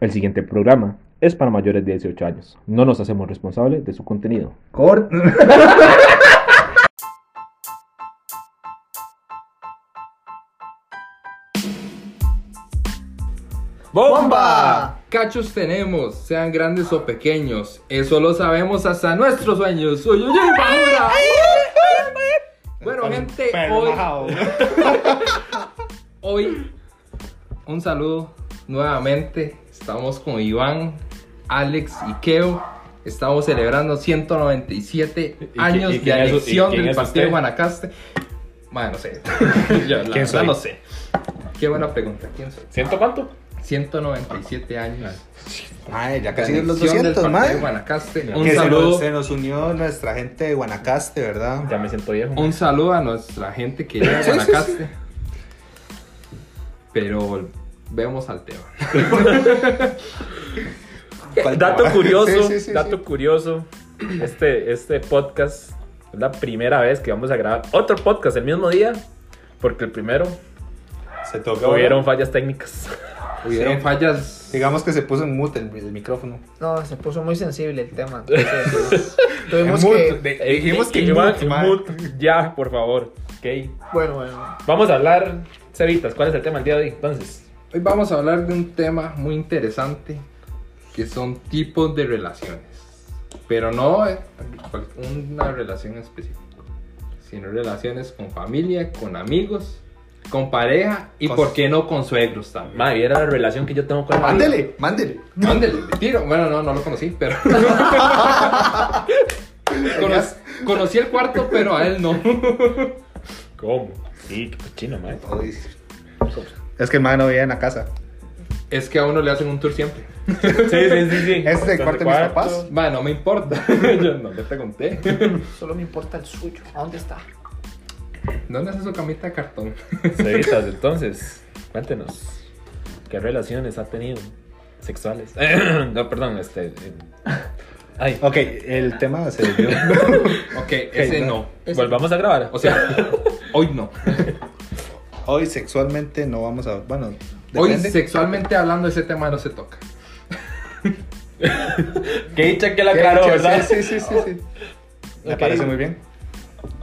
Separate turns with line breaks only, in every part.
El siguiente programa es para mayores de 18 años. No nos hacemos responsables de su contenido.
Cor-
¡Bomba!
Cachos tenemos, sean grandes o pequeños, eso lo sabemos hasta nuestros sueños. Soy Uyuy Bajura. Bueno, gente, hoy, hoy un saludo nuevamente. Estamos con Iván, Alex y Keo. Estamos celebrando 197
qui-
años
y
de
quién es- y
anexión
quién
del
es
partido de
usted?
Guanacaste. Bueno, no sé. Yo, la verdad
soy?
no sé. Qué buena pregunta. ¿Quién soy?
¿Ciento cuánto?
197 años.
Mae, ya
La
casi los
elección del
200,
partido de
mae.
Guanacaste.
Que
Un
Que se nos,
saludo,
se nos unió nuestra gente de Guanacaste, ¿verdad?
Ya me siento viejo.
un saludo a nuestra gente que llega a
Sí, sí, sí.
Guanacaste. Pero vemos al tema.
Dato curioso,
Sí, sí, sí,
dato
sí.
curioso. Este, este podcast es la primera vez que vamos a grabar otro podcast el mismo día. Porque el primero
Se tocó.
tuvieron fallas técnicas.
Hubieron fallas.
Digamos que se puso en mute el, el micrófono.
No, se puso muy sensible el tema. entonces, tuvimos
En
que.
mute, de-
Eh,
dijimos que
y- y
en
va-
mute, mae.
mute, ya, por favor. Ok.
Bueno, bueno.
Vamos a hablar, Cevitas, ¿cuál es el tema del día de hoy? Entonces,
Hoy vamos a hablar de un tema muy interesante que son tipos de relaciones. Pero no eh, cual- una relación específica, sino relaciones con familia, con amigos, con pareja y,
Con-
¿por qué no, con suegros también?
madre, viera la relación que yo tengo con la
Mándele, mándele.
Ándale, tiro. Bueno, no, no lo conocí, pero. Cono- conocí el cuarto, pero a él no.
¿Cómo? Sí, qué cochino, madre.
Uy. Es que el mae no vivía en la casa.
Es que a uno le hacen un tour siempre.
Sí, sí, sí. sí.
¿Este es el cuarto de mis papás?
Va, no me importa. Yo no le pregunté.
Solo me importa el suyo. ¿A dónde está?
¿Dónde hace su camita de cartón?
Cevitas, entonces, cuéntenos. ¿Qué relaciones ha tenido? Sexuales. no, perdón, este. eh, Ay,
Ok, el tema se dio.
Ok, ese
no.
no.
Ese-
volvamos a grabar.
O sea, hoy no.
Hoy sexualmente no vamos a. Bueno,
Hoy,
depende.
sexualmente hablando, ese tema no se toca.
que dicha que la aclaró,
Sí,
¿verdad?
Ah, Sí, sí, sí, sí. sí. Me
Ok.
parece muy bien.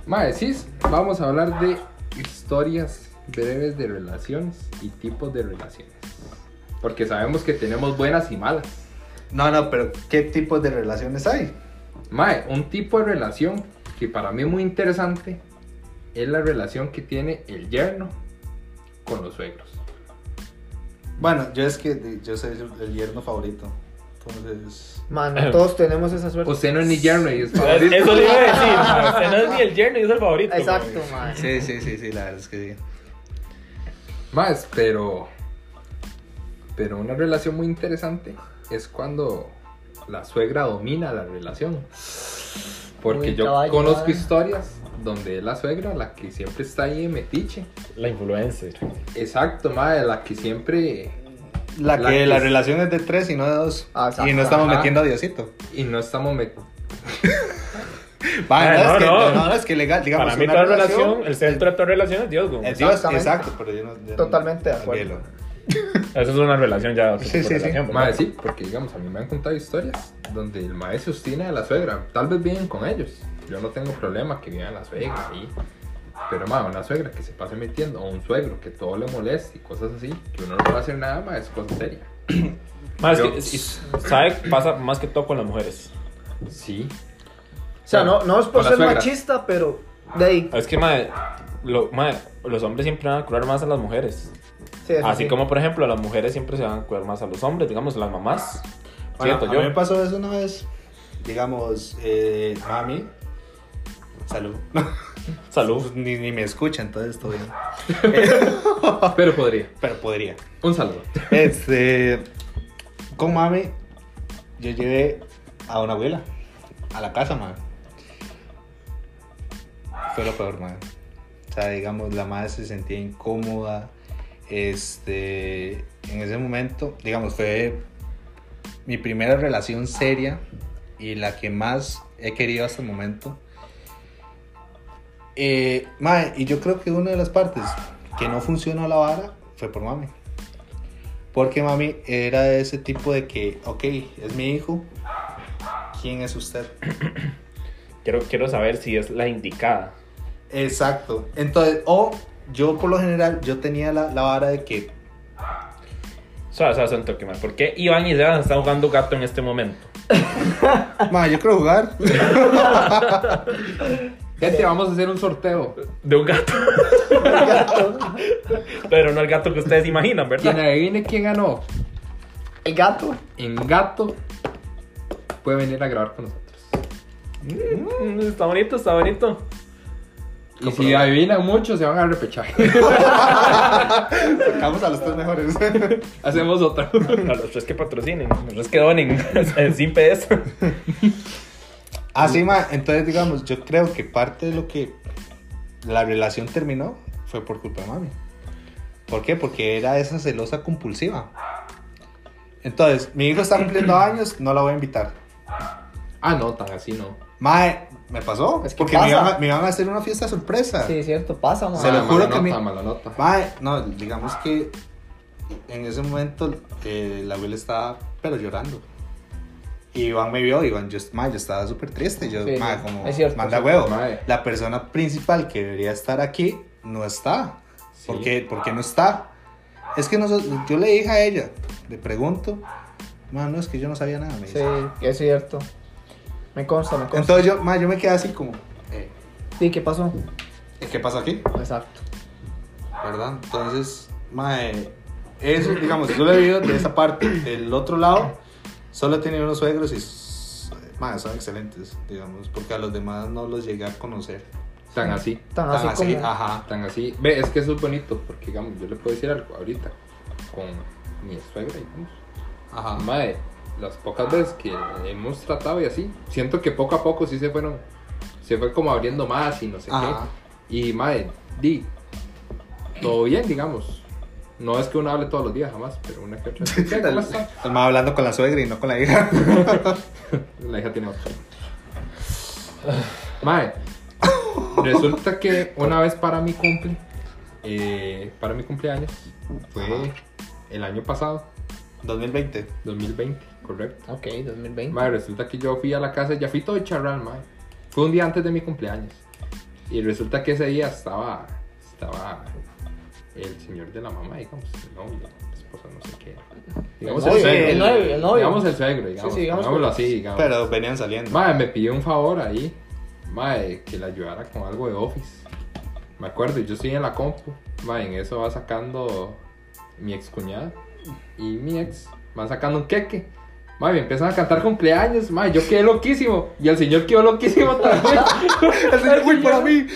Mae, sí, vamos a hablar de historias breves de relaciones y tipos de relaciones. Porque sabemos que tenemos buenas y malas.
No, no, pero ¿qué tipos de relaciones hay?
Mae, un tipo de relación que para mí es muy interesante es la relación que tiene el yerno con los suegros.
Bueno, yo es que de- yo soy el yerno favorito. Entonces.
Mano, todos tenemos esa suerte.
Usted no es ni yerno y es favorito.
Eso le iba a decir. ma, Usted no es ni el yerno y es el favorito. ma.
Exacto, man.
Sí, sí, sí, sí, la verdad es que sí.
Más, pero. Pero una relación muy interesante es cuando la suegra domina la relación. Porque
Uy,
yo
caballo,
conozco
mae.
historias donde es la suegra la que siempre está ahí en metiche.
La influencer.
Exacto, madre, la que siempre.
La
La
que
que
la
es-
relación es de tres y no de dos.
Ah, exacto,
y no estamos
ajá.
metiendo a Diosito.
Y no estamos metidos.
Va,
Ah,
no, es
no,
que,
no.
no. no, es que legal. Digamos,
Para mí,
una
toda relación, el centro de toda relación es Dios, güey.
el Dios,
Exactamente.
exacto, pero yo no. yo no-
Totalmente de acuerdo.
Hielo.
Eso es una relación ya. otro
Sí,
tipo de
sí, sí.
relación, ¿verdad?
Mae, sí, porque digamos, a mí me han contado historias donde el mae se obstina de la suegra. Tal vez viven con ellos. Yo no tengo problema que vivan la suegra ahí. Pero mae, una suegra que se pase metiendo, o un suegro que todo le moleste y cosas así, que uno no puede hacer nada, mae, es cosa seria.
Ma, es
Yo-
que, es- es- ¿sabe? Pasa más que todo con las mujeres.
Sí.
O sea, no, no es
Con
por
la
ser
suegra.
machista, pero. De ahí.
Es que, madre, lo, mae, los hombres siempre van a curar más a las mujeres.
Sí, eso
Así
sí.
como, por ejemplo, las mujeres siempre se van a cuidar más a los hombres, digamos, las mamás.
Bueno,
Siento
a
yo.
mí me pasó eso una vez. Digamos, eh, mami. Salud.
Salud.
Ni, ni me escucha, entonces todo bien.
Ah, Pero podría.
Pero podría.
Un saludo.
Este. Con mami, yo llevé a una abuela a la casa, mami. Fue lo peor, mami. O sea, digamos, la madre se sentía incómoda. Este. En ese momento, digamos, fue mi primera relación seria y la que más he querido hasta el momento. Eh, mae, y yo creo que una de las partes que no funcionó la vara fue por mami. Porque mami era de ese tipo de que, ok, es mi hijo, ¿quién es usted?
Quiero, quiero saber si es la indicada.
Exacto. Entonces, o yo por lo general, yo tenía la, la vara de que,
Suave, suave, suave, un toque, man. ¿Por qué Iván y Sebas están jugando gato en este momento?
ma, yo quiero jugar.
Gente, vamos a hacer un sorteo.
De un gato. Pero no el gato que ustedes imaginan,
Quien
¿verdad?
adivine quién ganó
El gato.
en gato puede venir a grabar con nosotros.
Mm, está bonito, está bonito.
Y si adivinan mucho, se van a repechar.
Sacamos a los tres mejores.
Hacemos otra.
A los tres que patrocinen, a los tres que donen. Sin peso.
Así, ma, entonces, digamos, yo creo que parte de lo que la relación terminó fue por culpa de mami. ¿Por qué? Porque era esa celosa compulsiva. Entonces, mi hijo está cumpliendo años, no la voy a invitar.
Ah, no, tan así no.
Mae, me pasó.
Es que
porque me
pasa.
iban, a, me iban a hacer una fiesta sorpresa.
Sí, es cierto, pasa,
Ah. Se
madre.
lo
Ah,
juro
mala
que mi-
nota, mala nota.
Mae, no, digamos que en ese momento eh, la abuela estaba, pero llorando. Y Iván me vio, Iván, yo, mae, yo estaba súper triste. Yo,
Sí,
mae,
sí,
como,
es cierto,
manda
sí.
huevo.
Mae.
La persona principal que debería estar aquí no está.
Sí.
¿Por, qué, por qué no está? Es que nosotros, yo le dije a ella, le pregunto, mae, no, es que yo no sabía nada. Me
Sí,
dice.
es cierto. Me consta, me consta.
Entonces yo, mae, yo me quedé así como, eh,
Sí, ¿qué pasó?
¿qué pasa aquí?
Exacto.
¿verdad? Entonces, mae, eso, digamos, yo lo he vivido de esa parte. Del otro lado, solo he tenido unos suegros y, s- mae, son excelentes, digamos, porque a los demás no los llegué a conocer.
Tan así.
Tan así
Tan así,
como-
ajá.
Tan así. Ve, es que eso es bonito, porque digamos, yo le puedo decir algo ahorita con mi suegra, digamos.
Ajá.
Madre, las pocas veces que hemos tratado y así, siento que poco a poco sí se fueron, se fue como abriendo más y no sé
Ajá.
qué. Y madre, di, todo bien, digamos. No es que uno hable todos los días jamás, pero una que otra. vez, "¿Qué? ¿Cómo está?".
El mae hablando con la suegra y no con la hija.
La hija tiene otro. Madre, resulta que una vez para mi cumple, eh, para mi cumpleaños, fue el año pasado,
2020.
2020, correcto.
Ok, 2020.
Madre, resulta que yo fui a la casa, ya fui todo charral, madre. Fue un día antes de mi cumpleaños. Y resulta que ese día estaba, estaba el señor de la mamá, digamos, el novio, la esposa, no sé qué. era. Digamos
El
el,
novio,
suegro.
el novio, el novio.
Digamos el suegro, digamos.
sí, digamos
pongámoslo
que-
así, digamos.
Pero venían saliendo.
Madre, me pidió un favor ahí, madre, que le ayudara con algo de Office. Me acuerdo, yo estoy en la compu, madre, en eso va sacando mi ex cuñada y mi ex, va sacando un queque. Madre, me empiezan a cantar cumpleaños, madre, yo quedé loquísimo y el señor quedó loquísimo también.
El señor, "Uy, para mí.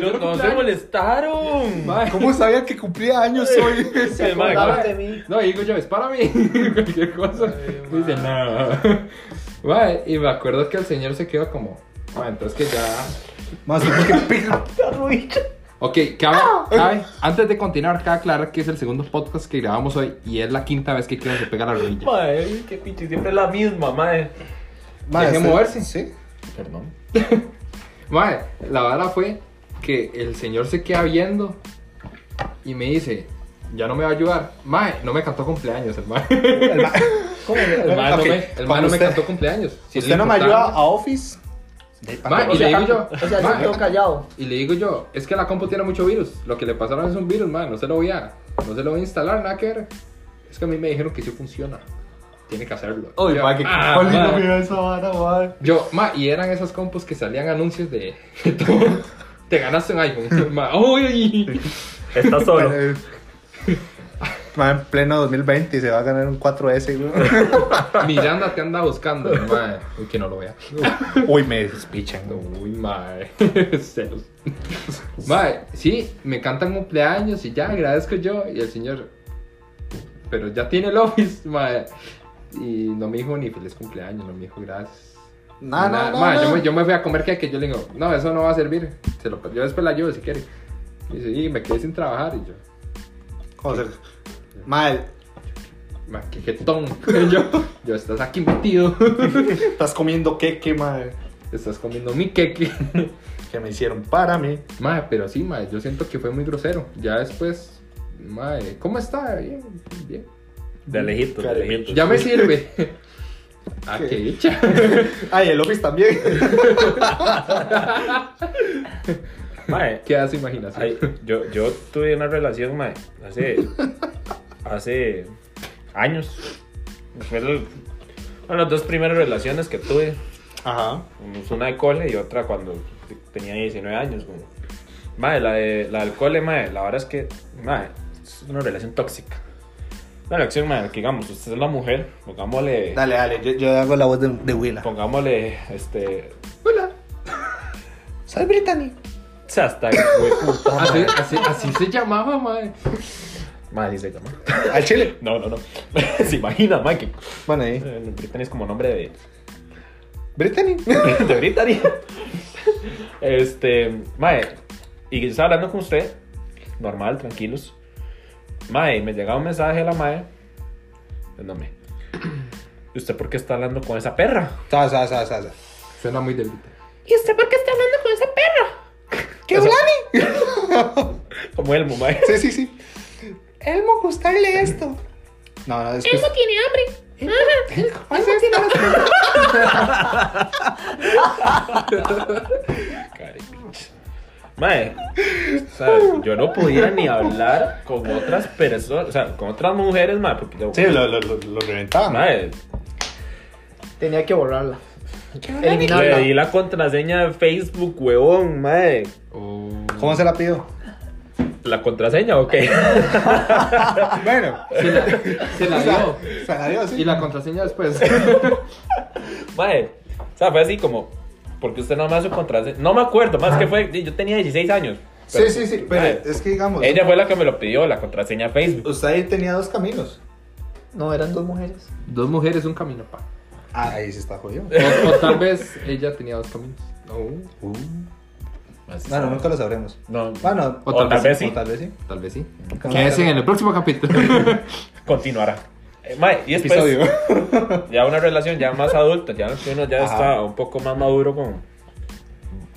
No, no se molestaron.
Madre,
¿Cómo sabía que cumplía años hoy?
El mae,
acordaron
mae.
de mí.
No, y digo yo, es para mí. Cualquier cosa. Dice, no. Madre, y me acuerdo que el señor se quedó como, madre, entonces que ya
Más porque pica.
Ok, cabe, cabe- antes de continuar, cabe aclarar que es el segundo podcast que grabamos hoy y es la quinta vez que Kevin se pega la rodilla.
Mae, qué pinche, siempre es la misma, mae.
Mae,
Deje
sí.
moverse.
Sí.
Perdón.
Mae, la vara fue que el señor se queda viendo y me dice, ya no me va a ayudar. Mae, no me cantó cumpleaños, el mae. El
¿Cómo?
mae no,
Ok,
me, el mae no me
usted-
cantó cumpleaños. Si
Usted
le
no me ayuda
importaba-
a Office.
Mae, y le digo yo,
O sea, yo
"Mae,
me quedo callado.
Y le digo yo, es que la compu tiene mucho virus. Lo que le pasaron es un virus, man. No se lo voy a, no se lo voy a instalar, nada que ver. Es que a mí me dijeron que sí funciona. Tiene que hacerlo.
Uy,
yo,
mae, que
"Ah,
Oli no
ma".
me vio esa vara, mae.
Yo, ma, y eran esas compus que salían anuncios de, de todo. Te ganaste un iPhone. ma. uy.
Estás solo.
Pero, ma, en pleno 2020 y se va a ganar un 4S, güey.
Miranda te anda buscando, ma. Uy, que no lo vea.
Uy, me despichan, güey.
Uy, mae. Celos. Mae, sí, me cantan cumpleaños y ya agradezco yo. Y el señor, pero ya tiene el office, mae. Y no me dijo ni feliz cumpleaños, no me dijo gracias.
No, no,
Nada,
no.
mae, Yo,
no.
me, yo me fui a comer queque. Yo le digo, no, eso no va a servir. Se lo, yo después la ayudo si quiere. Y dice, y me quedé sin trabajar. Y yo,
¿Cómo se- Mal,
mae, qué jetón. Y yo, yo, estás aquí metido.
estás comiendo queque, madre.
estás comiendo mi queque.
Que me hicieron para mí.
Mae, pero sí, mae, yo siento que fue muy grosero. Ya después, Mae, ¿cómo está? Bien, bien.
De lejitos, de lejitos.
Ya me sirve. Ah, qué dicha.
Ay, el Office también.
Mae,
¿Qué hace imaginación?
ay, yo, yo tuve una relación, mae, hace, hace años. Fue el- bueno, las dos primeras relaciones que tuve.
Ajá.
Una de cole y otra cuando tenía 19 años. Como. Mae, la, de, la del cole, mae, la verdad es que, mae, es una relación tóxica. Una relación, mae, que digamos, usted es la mujer, pongámosle,
Dale, dale, yo, yo hago la voz de, de Willa.
pongámosle, este,
Hola. Soy Brittany.
sea, hasta, hueputa,
Ah,
Así, así, así se llamaba, mae.
Ah,
mae, dice, llama.
Al chile.
No, no, no. Se imagina, mae, que
Bueno, ahí.
eh, Brittany es como nombre de,
Brittany.
de Brittany. Este, mae, y yo estaba hablando con usted, normal, tranquilos. Mae, y me llegaba un mensaje de la mae, Pues no me. ¿Y usted por qué está hablando con esa perra?
Sa, sa, sa, sa, sa.
Suena muy delito.
¿Y usted por qué está hablando con esa perra?
¿Qué,
O sea,
Blani?
Como Elmo, mae.
Sí, sí, sí. Elmo, gustarle esto. No, no, es que.
tiene hambre.
Ay, sí, sí, no, no.
Caripicha. Mae, o sea, yo no podía ni hablar con otras personas, o sea, con otras mujeres, mae, porque yo...
Sí, lo, lo, lo, lo reventaba. ¿no?
Mae,
Tenía que borrarla.
le di
Eliminarla.
la contraseña de Facebook, huevón, mae.
Oh.
¿Cómo se la pido?
¿La contraseña o qué?
Bueno.
Se la, se la
o sea,
dio.
se la dio, sí.
Y la contraseña después.
Mae, o sea, fue así como, porque usted no me hace contraseña. No me acuerdo, más que fue, yo tenía 16 años.
Sí, sí, sí. Pero
Mae,
es que digamos.
Ella fue la que me lo pidió, la contraseña de Facebook.
Usted ahí tenía dos caminos.
No, eran dos mujeres.
Dos mujeres, un camino, pa.
Ah, ahí se está jodido.
O, o tal vez ella tenía dos caminos.
Uh. Bueno, nunca lo sabremos.
No,
Bueno,
O tal vez sí.
O tal vez sí.
Tal vez sí.
Claro.
Quédense en el próximo capítulo.
continuará. Eh, Mae, y después,
Episodio.
ya una relación ya más adulta, ya que uno ya
Ajá.
está un poco más maduro con...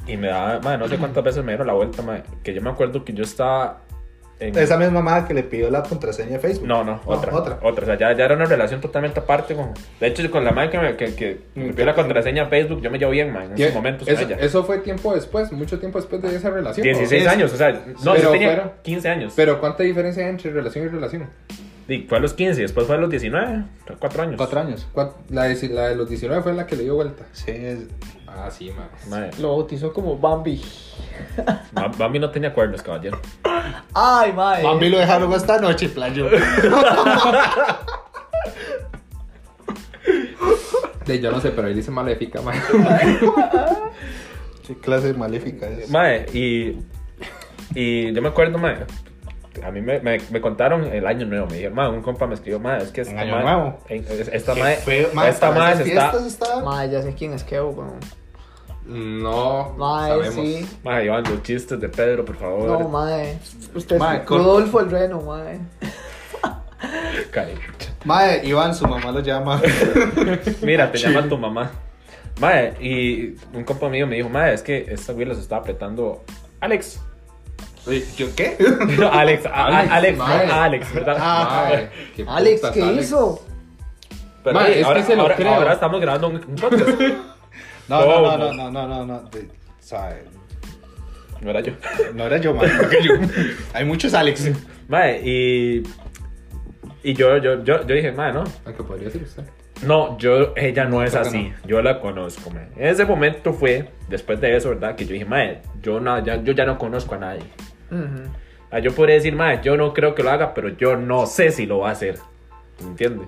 Y me daba, mae, no sé cuántas veces me dieron la vuelta, mae, que yo me acuerdo que yo estaba en...
Esa misma mamá que le pidió la contraseña de Facebook.
No, no, otra.
Otra.
Otra. O sea, ya, ya era una relación totalmente aparte. Con... De hecho, con la madre que me, que, que me pidió la contraseña a Facebook, yo me llevo bien, man, en esos momentos con
eso,
ella.
eso fue tiempo después, mucho tiempo después de esa relación.
16
¿no?
años, o sea, no, yo
Pero
tenía
fuera-
15 años.
Pero ¿cuánta diferencia hay entre relación y relación?
Y fue a los 15, después fue a los 19, 4 años.
Cuatro años.
¿Cuá- La de, la de los 19 fue la que le dio vuelta.
Sí, es-
Ah, sí, man.
Madre,
Lo bautizó como Bambi.
ma- Bambi no tenía cuernos, caballero.
Ay, madre.
Bambi lo dejaron esta noche, playo.
De yo no sé, pero ahí dice maléfica, man.
Qué clase maléfica es.
Mae, y, y yo me acuerdo, mae. A mí me, me, me contaron el año nuevo. Me dijeron, mae, un compa me escribió, mae, es que esta
En año
mae-
nuevo.
en- es- Esta
Qué
mae.
feo, mae,
Esta
para
mae
esas
se está.
fiestas está-
Madre, ya sé quién es Kevo, weón.
No,
Madre,
sabemos.
sí.
Mae, Iván, los chistes de Pedro, por favor.
No, madre. Usted
Mae,
es
con-
Rodolfo el Reno, madre.
Cari.
Madre, Iván, su mamá lo llama.
Mira, te llama tu mamá. Mae, y un compa mío me dijo, mae, es que esta güey se está apretando Alex.
¿Yo qué?
Alex, a- a-
Alex,
Alex, no,
mae. Ah,
Alex, ¿verdad?
Mae, qué
Alex,
putas,
¿qué
Alex.
hizo?
Pero
Mae,
sí,
es que
ahora,
se lo
ahora-
creo.
ahora estamos grabando un un podcast.
No, no, no,
Oh,
no,
no.
no, no, no. no. de- sabe,
No era yo.
no era yo, madre. Hay muchos Alex.
Mae, y. Y yo, yo, yo, yo dije, mae, no.
Aunque Ah, podría ser usted.
No, yo, ella no es
Creo que
así. Yo la conozco, mae. En ese momento fue, después de eso, ¿verdad? Que yo dije, mae, yo, no, ya, yo ya no conozco a nadie.
Ujú.
Ah, yo podría decir, mae, yo no creo que lo haga, pero yo no sé si lo va a hacer. ¿Me entiendes?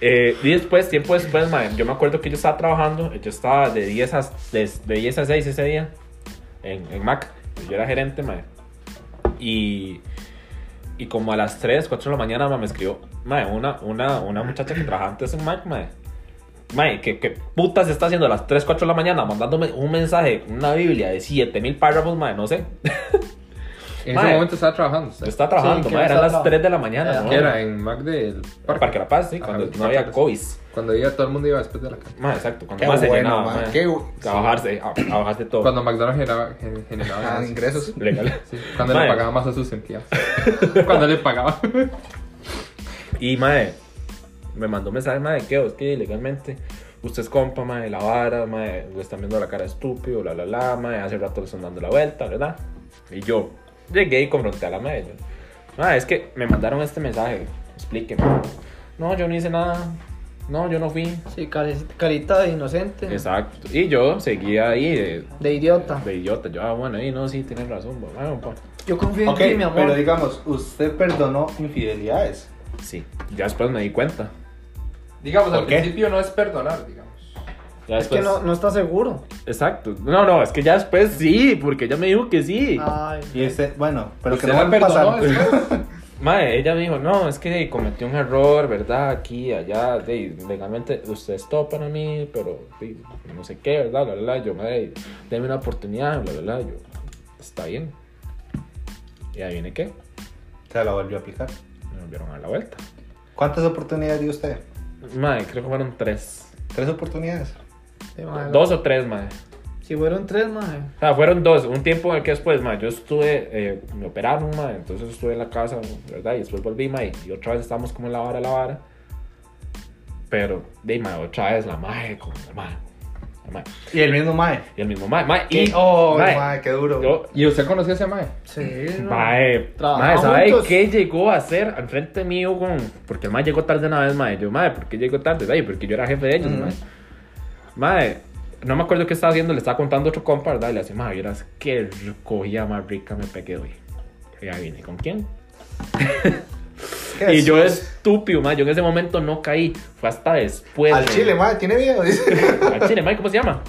Eh, y después, tiempo después, mae, yo me acuerdo que yo estaba trabajando, yo estaba de 10 a, de, de 10 a 6 ese día en, en Mac, pues yo era gerente, mae. Y, y como a las 3, 4 de la mañana, mae, me escribió, mae, una, una, una muchacha que trabajaba antes en Mac, mae. Mae, ¿qué, qué puta se está haciendo a las 3, 4 de la mañana mandándome un mensaje, una Biblia de 7000 párrafos, mae, no sé.
En
Mae.
ese momento estaba trabajando. ¿sabes?
Está trabajando,
Sí,
mae,
que
eran
está
las
trabajando.
3 de la mañana,
Era-
¿no?
Que era en Mac del
Parque.
parque.
Parque La Paz, sí,
Ajá,
cuando
Parque
no
La
había
Paz.
COVID.
Cuando iba todo el mundo iba después de la casa.
Mae, exacto, cuando
Qué
más se
bueno,
llenaba, eh?
mae,
mae.
qué bu-
Trabajarse, a- trabajarse todo.
Cuando McDonald's generaba, gen- generaba
Ah,
ganancias.
ingresos.
Legal.
Sí, cuando le
Mae.
pagaba más a sus empleados. cuando le pagaba.
Y mae, me mandó un mensaje, mae, que es que ilegalmente usted es compa, mae, la vara, mae, le están viendo la cara de estúpido, la la la, mae, hace rato le están dando la vuelta, ¿verdad? Y yo llegué y confronté a la mae. yo, Mae, es que me mandaron este mensaje, explíqueme. No, yo no hice nada. No, yo no fui.
Sí, cari- carita de inocente.
Exacto. Y yo seguía ahí de,
De idiota.
de idiota. Yo, ah, bueno, ahí no, sí, tienes razón, bo- bueno, pa.
Yo confío
Ok,
en ti, mi amor.
pero digamos, usted perdonó infidelidades.
Sí. Ya después me di cuenta.
Digamos,
al
principio no es perdonar, digamos.
Ya
es que
después-
no, no está seguro.
Exacto. No, no, es que ya después sí, porque ella me dijo que sí.
Ay,
Y usted, bueno, pero que
Usted
no
la
va a
perdonó
pasar.
¿eh?
después.
Mae, ella me dijo, no, es que cometí un error, ¿verdad? Aquí, allá, de, legalmente usted es todo para mí, pero de, no sé qué, ¿verdad? Bla, bla, bla. Yo, mae, deme una oportunidad, bla, bla, bla. Yo, está bien. Y ahí viene qué,
Se la volvió a aplicar.
me volvieron a dar la vuelta.
¿Cuántas oportunidades dio usted?
Mae, creo que fueron tres.
¿Tres oportunidades?
sí, mae,
Dos o tres, mae.
Si fueron tres, mae.
O sea, fueron dos. Un tiempo en el que después, ma, yo estuve, eh, me operaron, ma, entonces estuve en la casa, ¿verdad? Y después volví, ma, y, y otra vez estábamos como en la vara, la vara. Pero, de, ma, otra vez la maje, como la maje, la maje.
Y el mismo Mae.
Y el mismo ma, ma, y,
¿Qué? Oh,
mae,
mae, qué duro.
yo,
¿Y usted conocía a ese mae?
Sí. no.
Mae, mae,
Trabajamos
¿sabe
juntos.
qué llegó a hacer al frente mío con.? Porque el mae llegó tarde una vez, mae. Yo, mae, ¿por qué llegó tarde? Ay, porque yo era jefe de ellos, mae. Mae, no me acuerdo qué estaba haciendo, le estaba contando a otro compa, ¿verdad? Y le decía, mae, vieras qué recogida más rica me pegué hoy. Y ahí vine, ¿con quién?
¿Qué
Y
es?
yo, estúpido, mae, yo en ese momento no caí. Fue hasta después.
Al
de-
chile, Mae, tiene miedo. Dice.
Al chile, mae, ¿cómo se llama?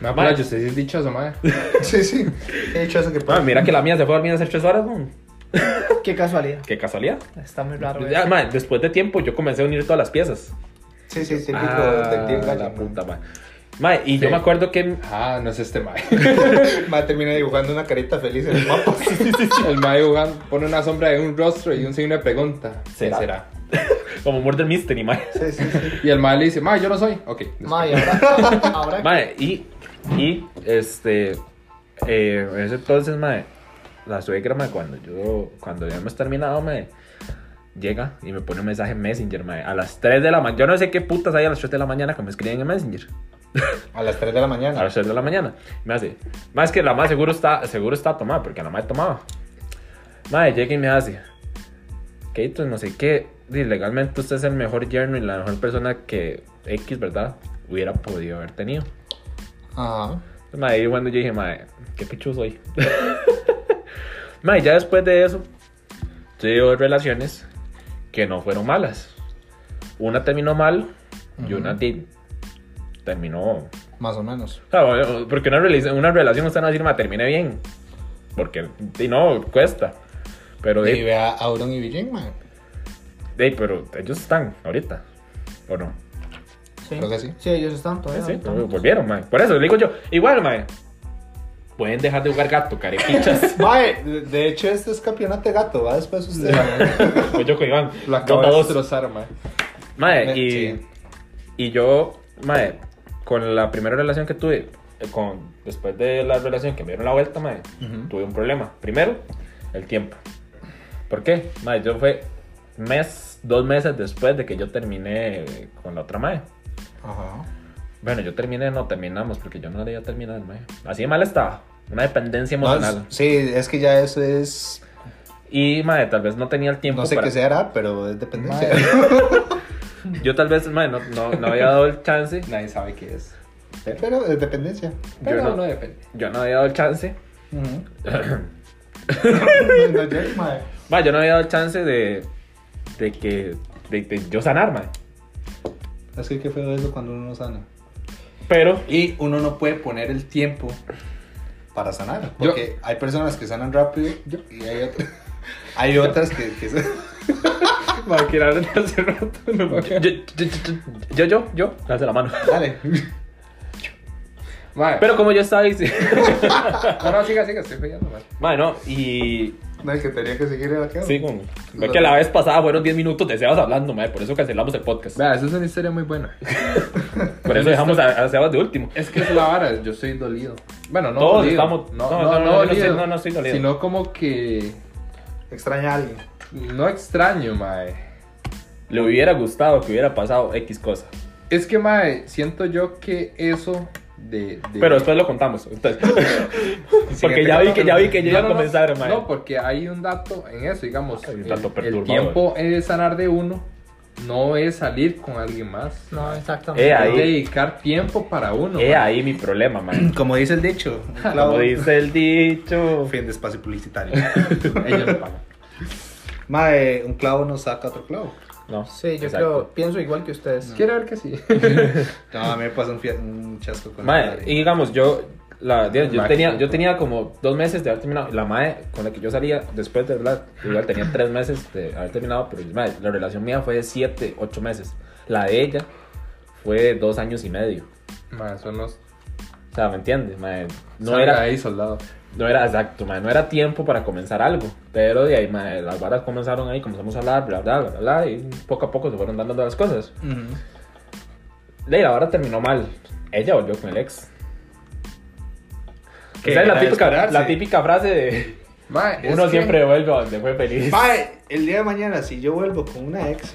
Me
Mae.
apoya, yo sé si es dichoso, mae.
sí, sí. He dicho eso que
Mae, Ah, mira que la mía se fue a dormir hace tres horas, ¿no?
Qué casualidad.
Qué casualidad.
Está muy raro.
Ya,
eso.
mae, después de tiempo, yo comencé a unir todas las piezas.
Sí, sí, típico
Ah,
detective pues. gallo,
la
mae.
puta, mae. Mae, y yo
Sí.
me acuerdo que
Ah, no es este mae.
Mae termina dibujando una carita feliz en el mapa.
El mae jugando, pone una sombra de un rostro y un signo de pregunta. ¿Qué
¿Será?
será?
como Murder Mystery, mae.
sí, sí, sí.
Y el mae le dice, mae, yo no soy. Ok. después.
Mae, ahora. ahora
Mae, y, y, este, eh, en ese entonces, mae, la suegra, mae, cuando yo, cuando ya hemos terminado, mae, llega y me pone un mensaje en Messenger, mae, a las 3 de la mañana, yo no sé qué putas hay a las 3 de la mañana que me escriben en Messenger,
A las 3 de la
a
mañana.
las 3 de la mañana, me hace, mae, es que la mae seguro está, seguro está tomada, porque la mae tomaba, mae, llega y me hace, Keito, no sé qué, di, legalmente usted es el mejor yerno y la mejor persona que X, ¿verdad?, hubiera podido haber tenido.
Ajá.
Mae, y cuando yo dije, mae, qué pichu soy. mae, ya después de eso, tuve dos relaciones que no fueron malas. Una terminó mal y una di- terminó.
Más o menos.
Ah, bueno, porque una, rela- una relación usted no va a decir, mae, termine bien. Porque, di, no, cuesta. Pero,
Y
di,
ve a Auron y Villin, Mae.
di, pero ellos están ahorita, ¿o no?
Sí.
Creo que sí.
ellos están todavía.
Sí, pues,
ahorita.
volvieron, mae. Por eso le digo yo, igual, mae, pueden dejar de jugar gato, carepichas.
Mae, de- de hecho, este es campeonato de gato. Va después usted.
Pues yo con Iván.
Lo acabo de
Dos a dos.
destrozar, mae.
Mae, y,
Sí.
y yo, mae, con la primera relación que tuve, eh, con, después de la relación que me dieron la vuelta, mae,
Ujú.
tuve un problema. Primero, el tiempo. ¿Por qué? Mae, yo fue mes, dos meses después de que yo terminé eh, con la otra mae.
Ajá.
Bueno, yo terminé, no terminamos, porque yo no debía terminar, mae. Así de mal estaba. Una dependencia
No,
emocional.
es- sí, es que ya eso es.
Y, mae, tal vez no tenía el tiempo
No sé
para...
qué será, pero es dependencia.
Yo tal vez, mae, no, no, no había dado el chance.
Nadie sabe qué es.
Pero es dependencia.
Pero
no-
no depende.
Yo no había dado el chance.
no, yo, mae.
Va, yo no había dado el chance de, de que de, de yo sanar, mae.
Es que qué feo eso cuando uno no sana.
Pero
Y uno no puede poner el tiempo para sanar. Porque hay personas que sanan rápido y hay otras. Hay otras que, que se-
Mae, que era desde hace rato. No,
yo, yo, yo, yo, yo, yo, yo, alce la mano.
Dale.
Mae,
Pero como yo estaba diciendo.
no, no, siga, siga, estoy fallando, mae.
Bueno, y.
No, es que tenía que seguir el
Sí, como. Ve que la vez pasada fueron 10 minutos de Sebas hablando, mae. Por eso cancelamos el podcast.
Vea, esa es una historia muy buena.
Por eso dejamos a, a Sebas de último.
Es que es la vara, yo soy dolido. Bueno, no
Todos
dolido.
estamos-
No,
no,
no,
no,
no,
no, yo no
dolido,
estoy- no, no estoy dolido.
Sino como que...
Extraña a alguien.
No extraño, mae.
Le hubiera gustado que hubiera pasado X cosa.
Es que, mae, siento yo que eso de... de-
Pero después lo contamos. Entonces, porque
Siguiente
ya vi que, ya vi
capítulo.
que yo
No,
iba a
no, no,
comenzar, mae.
No, pues, porque hay un dato en eso, digamos.
Hay un
el-
dato
el,
perturbador.
tiempo es sanar de uno, no es salir con alguien más.
No, exactamente.
Eh,
Es
ahí.
dedicar tiempo para uno.
He
mae.
ahí mi problema, mae.
Como dice el dicho, un clavo
Como dice el dicho.
fin de espacio publicitario.
Ellos lo pagan.
Mae, un clavo no saca otro clavo.
No.
Sí, yo
exacto.
creo, pienso igual que ustedes.
Quiero ver que sí.
No, a mí me pasa un, fia- un chasco con la
Mae,
madre.
y digamos, yo, la, yo,
Máximo.
tenía, yo tenía como dos meses de haber terminado. La mae con la que yo salía después de verdad, igual tenía tres meses de haber terminado, pero mae, la relación mía fue de siete, ocho meses. La de ella fue de dos años y medio.
Mae, son los.
O sea, ¿me entiendes? Mae, no,
salga
era,
ahí, soldado.
no era exacto, mae, no era tiempo para comenzar algo. Pero de ahí, mae, las varas comenzaron ahí, comenzamos a hablar, bla, bla, bla, bla, y poco a poco se fueron dando las cosas.
Ujú.
De ahí, la vara terminó mal. Ella volvió con el ex.
Que
Esa es la
era de
típica,
esperarse.
la típica frase de...
Mae, es
Uno
que-
siempre vuelve a donde fue feliz.
Mae, el día de mañana, si yo vuelvo con una ex,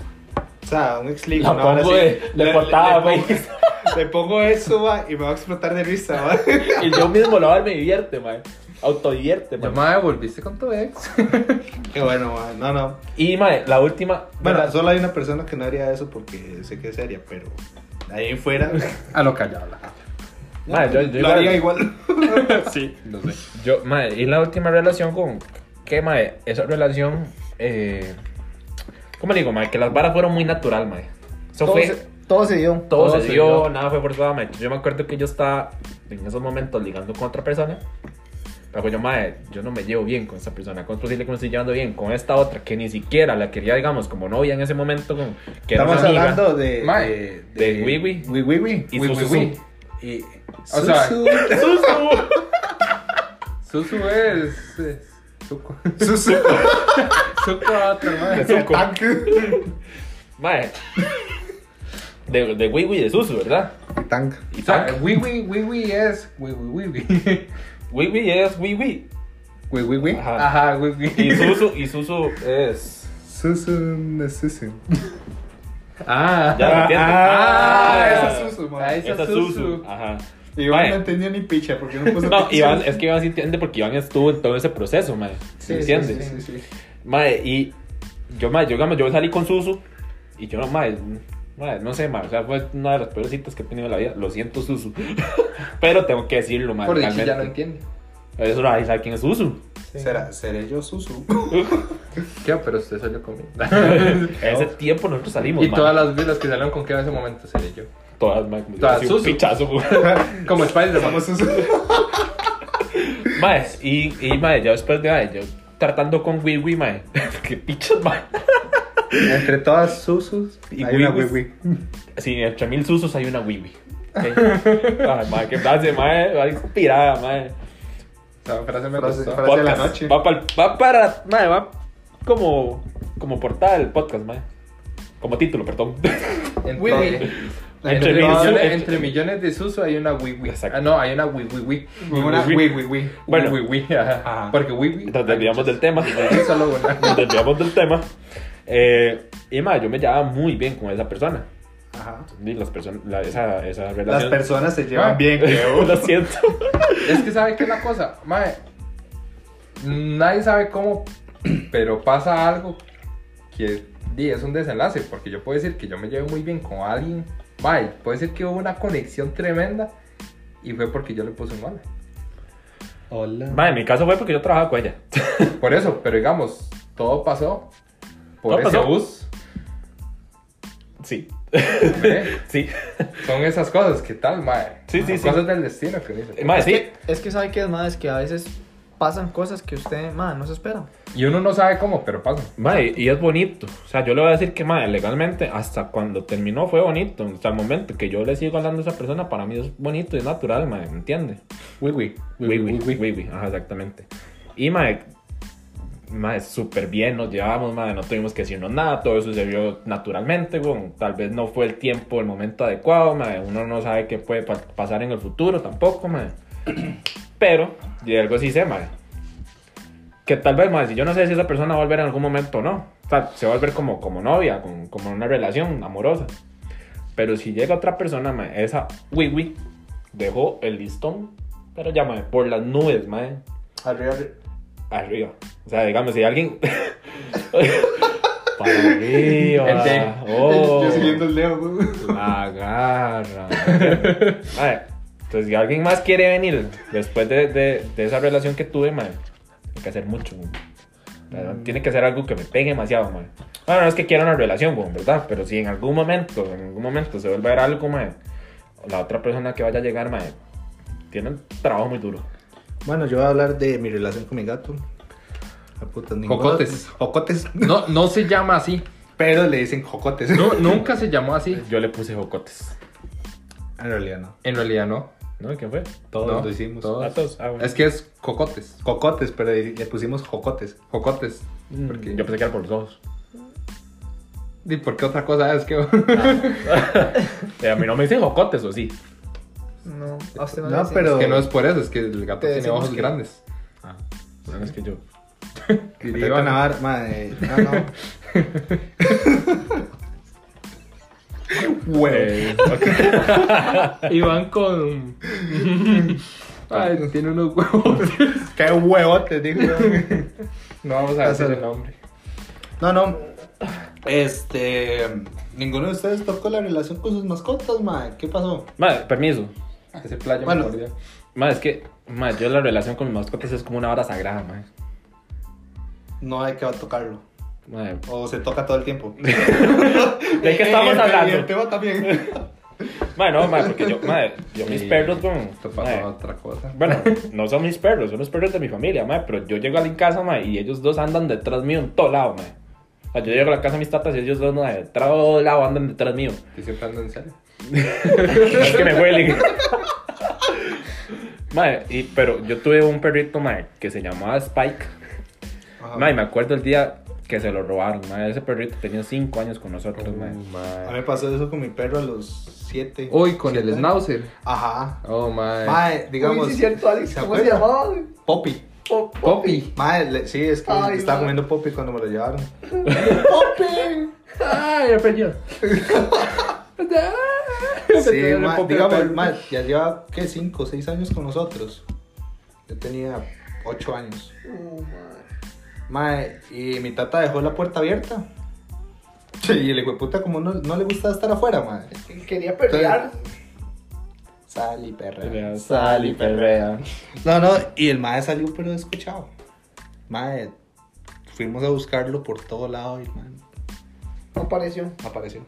o sea, un ex ligo,
La
una vara
pongo
así,
de- de portada,
le pongo-
güey.
le pongo eso, mae, y me va a explotar de risa, mae.
Y yo mismo lo hago, me divierte, man. Autodivierte,
Yo,
man.
mae, volviste con tu ex.
Qué bueno, mae, no, no.
Y, mae, la última.
Bueno,
¿verdad?
solo hay una persona que no haría eso porque sé que es seria, pero de ahí en fuera,
A lo callado, la jata.
Mae, yo, yo
lo
igual-
haría igual.
Sí. No sé.
yo, mae, y la última relación con. ¿Qué, mae? Esa relación. Eh, ¿Cómo le digo, mae? Que las varas fueron muy natural, mae. Eso
Todo
fue.
se- todo se dio.
todo,
todo
se
se
dio,
dio.
nada fue forzado, mae. Yo me acuerdo que yo estaba en esos momentos ligando con otra persona. Pero pues yo, mae, yo no me llevo bien con esa persona. ¿Cómo es posible que me estoy llevando bien con esta otra que ni siquiera la quería, digamos, como novia en ese momento? Con, que era una
Estamos
amiga?
hablando de.
Mae,
de Wiwi.
Wiwi.
Y
Uy,
su,
uy,
su, su.
uy.
Y.
O sea-
Susu.
Susu es. eh, es- Suco.
Susu.
Suco a otro, mae.
Suco.
Tank.
Mae. De, de Wiwi de Susu, ¿verdad?
Tank.
Y
O sea,
Tank.
wiwi, wiwi es. Wiwi, wiwi.
Wiwi es Wiwi.
Wiwi, wiwi.
Ajá.
Ajá, wiwi.
Y Susu, y Susu es.
Susu. Susu.
Ah.
Ya lo entiendo.
Ah, esa
es
es
Susu, Pues
Susu,
mae.
mae.
Esa es Susu. Ajá.
Iván
Mae.
no entendía ni picha porque no puso
No,
atención.
Iván, es que Iván sí entiende porque Iván estuvo en todo ese proceso, mae.
Sí,
¿Entiendes?
sí,
Sí, sí.
Mae, y yo, mae, yo, digamos, yo salí con Susu y yo, no, mae, mae, no sé, mae, o sea, fue una de las peores citas que he tenido en la vida. Lo siento, Susu. Pero tengo que decirlo, mae.
Por dicho, ya no
realmente.
entiende.
Eso no hay, ¿sabe quién es Susu?
Sí.
¿Será, ¿Seré yo Susu?
¿Qué? Oh, Pero usted salió conmigo.
A ese tiempo nosotros salimos,
y
mae.
todas las vidas que salieron con que en ese momento seré yo.
Todas, mae, como si hubiera
Todas
sido un
Susu.
pichazo, güey.
Como Spider-Man.
Somos Susu.
Mae, y, y, mae, ya después de, mae, yo tratando con Wiwi, mae. Qué pichas, mae.
Entre todas Susus
Y
hay una
Wiwis.
Wiwi.
Sí, entre mil susos hay una Wiwi. Ay, mae, qué frase, mae. Va inspirada, mae.
Esa frase me
Frase-
gustó.
frase- de la
Podcast.
noche.
Va, pa'l- va para. Mae, va como, como portada del podcast, mae. Como título, perdón.
Entre,
Entre
entre,
millones-
millones,
entre-
entre millones de suso hay una wiwi.
Exacto.
Ah, no, hay una wiwiwi.
Una Wiwiwi.
Bueno.
Bueno, wiwi, ajá.
Ajá.
Porque wiwi.
Nos desviamos del tema.
Es solo una.
Nos desviamos del tema. Eh, y, mae, yo me llevaba muy bien con esa persona.
Ajá.
Y las personas. la- esa, esa
Las
relación.
personas se llevan
Ah.
bien, creo.
Lo siento.
Es que, ¿sabe qué es la cosa? Mae, nadie sabe cómo, pero pasa algo que di, es un desenlace, porque yo puedo decir que yo me llevo muy bien con alguien. Mae, puede decir que hubo una conexión tremenda y fue porque yo le puse un mal.
Hola.
Mae, en mi caso fue porque yo trabajaba con ella.
Por eso, pero digamos, todo pasó por
Todo
ese
pasó.
bus.
Sí.
¿eh?
Sí.
Son esas cosas, ¿qué tal, mae?
Sí, sí,
Son
sí. Eh,
Cosas del destino que uno dice.
Mae,
Es
sí.
que, es que sabe que es más, es que a veces pasan cosas que usted, madre, no se espera.
Y uno no sabe cómo, pero pasa.
Mae, y es bonito. O sea, yo le voy a decir que, mae, legalmente, hasta cuando terminó fue bonito. O sea, el momento que yo le sigo hablando a esa persona, para mí es bonito y es natural, mae, ¿me entiende?
Uy, uy,
Wiwi, wiwi, ajá, exactamente. Y, mae, mae, súper bien nos llevamos, mae, no tuvimos que decirnos nada, todo eso se vio naturalmente, weón. Tal vez no fue el tiempo, el momento adecuado, mae, uno no sabe qué puede pa- pasar en el futuro tampoco, mae. Pero, y algo sí sé, mae, que tal vez, mae, si yo no sé si esa persona va a volver en algún momento o no, o sea, se va a volver como, como novia, con- como una relación amorosa. Pero si llega otra persona, mae, esa wiwi dejó el listón, pero ya, mae, por las nubes, mae
Arriba,
arriba. O sea, digamos, si alguien. Para arriba.
El de-
Oh,
Yo siguiendo el dedo, güey.
la garra. Madre, entonces, si pues, alguien más quiere venir después de, de- de esa relación que tuve, madre, hay que hacer mucho. güey. O sea, Tiene que hacer algo que me pegue demasiado, madre. Bueno, no es que quiera una relación, güey, ¿verdad? Pero si en algún momento, en algún momento se vuelve a ver algo, madre, la otra persona que vaya a llegar, madre, tiene un trabajo muy duro.
Bueno, yo voy a hablar de mi relación con mi gato. La puta, ninguna-
Jocotes.
Jocotes.
No, no se llama así.
Pero le dicen jocotes.
No, nunca se llamó así.
Yo le puse jocotes.
En realidad no.
En realidad no.
¿No? ¿Quién fue?
Todos
No,
lo hicimos.
todos.
Datos, ah, bueno.
Es que es cocotes.
Cocotes, pero le pusimos jocotes.
Jocotes.
Porque Mm. yo pensé que era por los ojos.
¿Y por qué otra cosa es que.?
Eh, a mí no me dicen jocotes, o sí.
No, a usted no,
No, pero-
que no es por eso, es que el gato
Te
tiene
decimos
ojos
que-
grandes.
Ah, bueno, es que yo.
Y
Te
le
tocan.
iban a dar, madre. No, no.
Eh, ok.
Iván con. Ay, tiene unos huevos.
Qué huevote, digo.
No vamos a decir
Pásale.
el nombre.
No, no. Este. Ninguno de ustedes tocó la relación con sus mascotas, madre. ¿Qué pasó?
Madre, permiso.
Ese playa
Bueno.
me acordé.
Madre, es que madre, yo la relación con mis mascotas es como una hora sagrada, madre.
No hay que tocarlo.
Madre,
O se toca todo el tiempo.
¿De qué estamos
Y el-
hablando?
Y el tema también.
madre no, madre, porque yo, madre, yo mis
Y
perros, bueno,
Esto
madre,
pasa otra cosa.
bueno, no son mis perros, son los perros de mi familia, madre, pero yo llego a la casa, madre, y ellos dos andan detrás mío en todo lado, madre. O sea, yo llego a la casa de mis tatas y ellos dos, madre, de todo lado andan detrás mío.
Que siempre ando en serio.
Oh, Es que me huelen. Madre, y- pero yo tuve un perrito, madre, que se llamaba Spike.
Ajá.
Madre, me acuerdo el día que se lo robaron, madre. Ese perrito tenía 5 años con nosotros,
Oh,
madre.
A mí me pasó eso con mi perro a los 7.
Uy, con el
snout.
schnauzer.
Ajá.
Oh, my.
Mae, digamos.
cierto, Alex,
¿se acuerda?
llamaba?
Poppy.
Poppy.
Mae, le- sí, es que
Ay,
estaba
no.
comiendo Poppy cuando me lo llevaron.
Ay, aprendió.
Sí,
Pero
mae,
Poppy
digamos,
era perro.
mae, ya lleva, ¿qué? 5 o 6 años con nosotros. Yo tenía 8 años. Mae, y mi tata dejó la puerta abierta. Sí, y el puta como no, no le gusta estar afuera, mae.
Quería
pelear. Sal y perrea.
Perrea, sal y perrea.
No, no, y el mae salió pero escuchado. Mae, fuimos a buscarlo por todo lado y mae,
No apareció.
no apareció.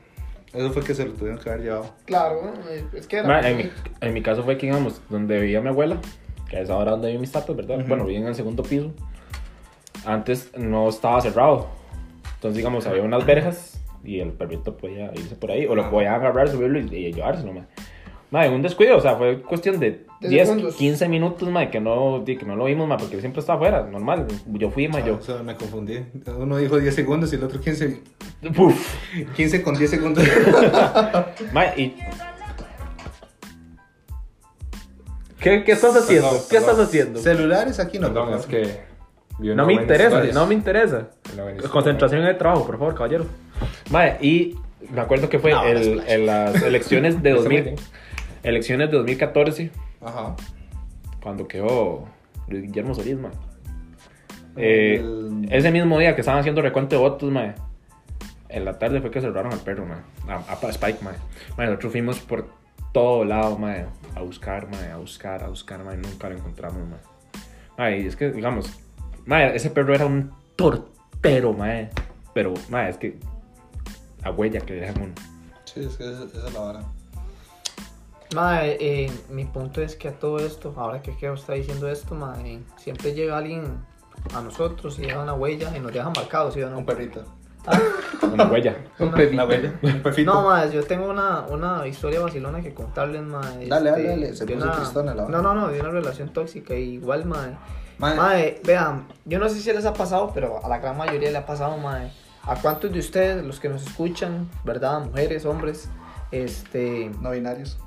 Eso fue que se lo tuvieron que haber llevado.
Claro, es que
Madre, en, mi, en mi caso fue que íbamos donde vivía mi abuela, que es ahora donde viven mis tatas, ¿verdad? Bueno, viven en el segundo piso. Antes no estaba cerrado. Entonces, digamos, había unas verjas y el perrito podía irse por ahí. O lo podía agarrar, subirlo y, y llevárselo, madre. Madre, un descuido, o sea, fue cuestión de
De
10,
segundos.
15 minutos, madre, que no, di- que no lo vimos, madre, porque él siempre está afuera, normal. Ah, Yo fui, madre,
O sea, me confundí. Uno dijo 10 segundos y el otro 15.
yo. ¡Puf!
15 con 10 segundos.
Madre, y... ¿Qué, qué estás haciendo?
Perdón,
¿Qué estás
perdón.
haciendo?
Celulares aquí no.
Perdón,
por
es
favor.
que. vi una
No me
buena
interesa,
historia.
no me interesa.
Una buena historia.
Concentración en el trabajo, por favor, caballero. Mae, y me acuerdo que fue
No,
el-
las playas.
en las elecciones de
Está muy
2000,
bien.
elecciones de 2014,
Ajá.
cuando quedó Luis Guillermo Solís, mae. Eh,
El-
Ese mismo día que estaban haciendo recuento de votos, mae, en la tarde fue que cerraron al perro, mae, a, a Spike, mae. Mae, nosotros fuimos por todo lado, mae, a buscar, mae, a buscar, a buscar, mae, nunca lo encontramos, mae. Mae, y es que, digamos, mae, ese perro era un tortero, mae, pero, mae, es que a huella que le dejan uno.
Sí, es que esa esa es la vara.
Mae, eh, mi punto es que a todo esto, ahora que Keo está diciendo esto, mae, siempre llega alguien a nosotros y deja una huella y nos deja marcados, ¿sí o no?
Un perrito.
Una huella.
Un
perrito. Una huella. Un perrito.
No, mae, yo tengo una, una historia vacilona que contarles, mae.
Dale, dale, dale, se
de
puso tristona la Ah. vara.
No, no, no, de una relación tóxica y igual, mae.
Mae.
Mae, vean, yo no sé si les ha pasado, pero a la gran mayoría le ha pasado, mae. ¿A cuántos de ustedes, los que nos escuchan, verdad, mujeres, hombres, este,
No binarios.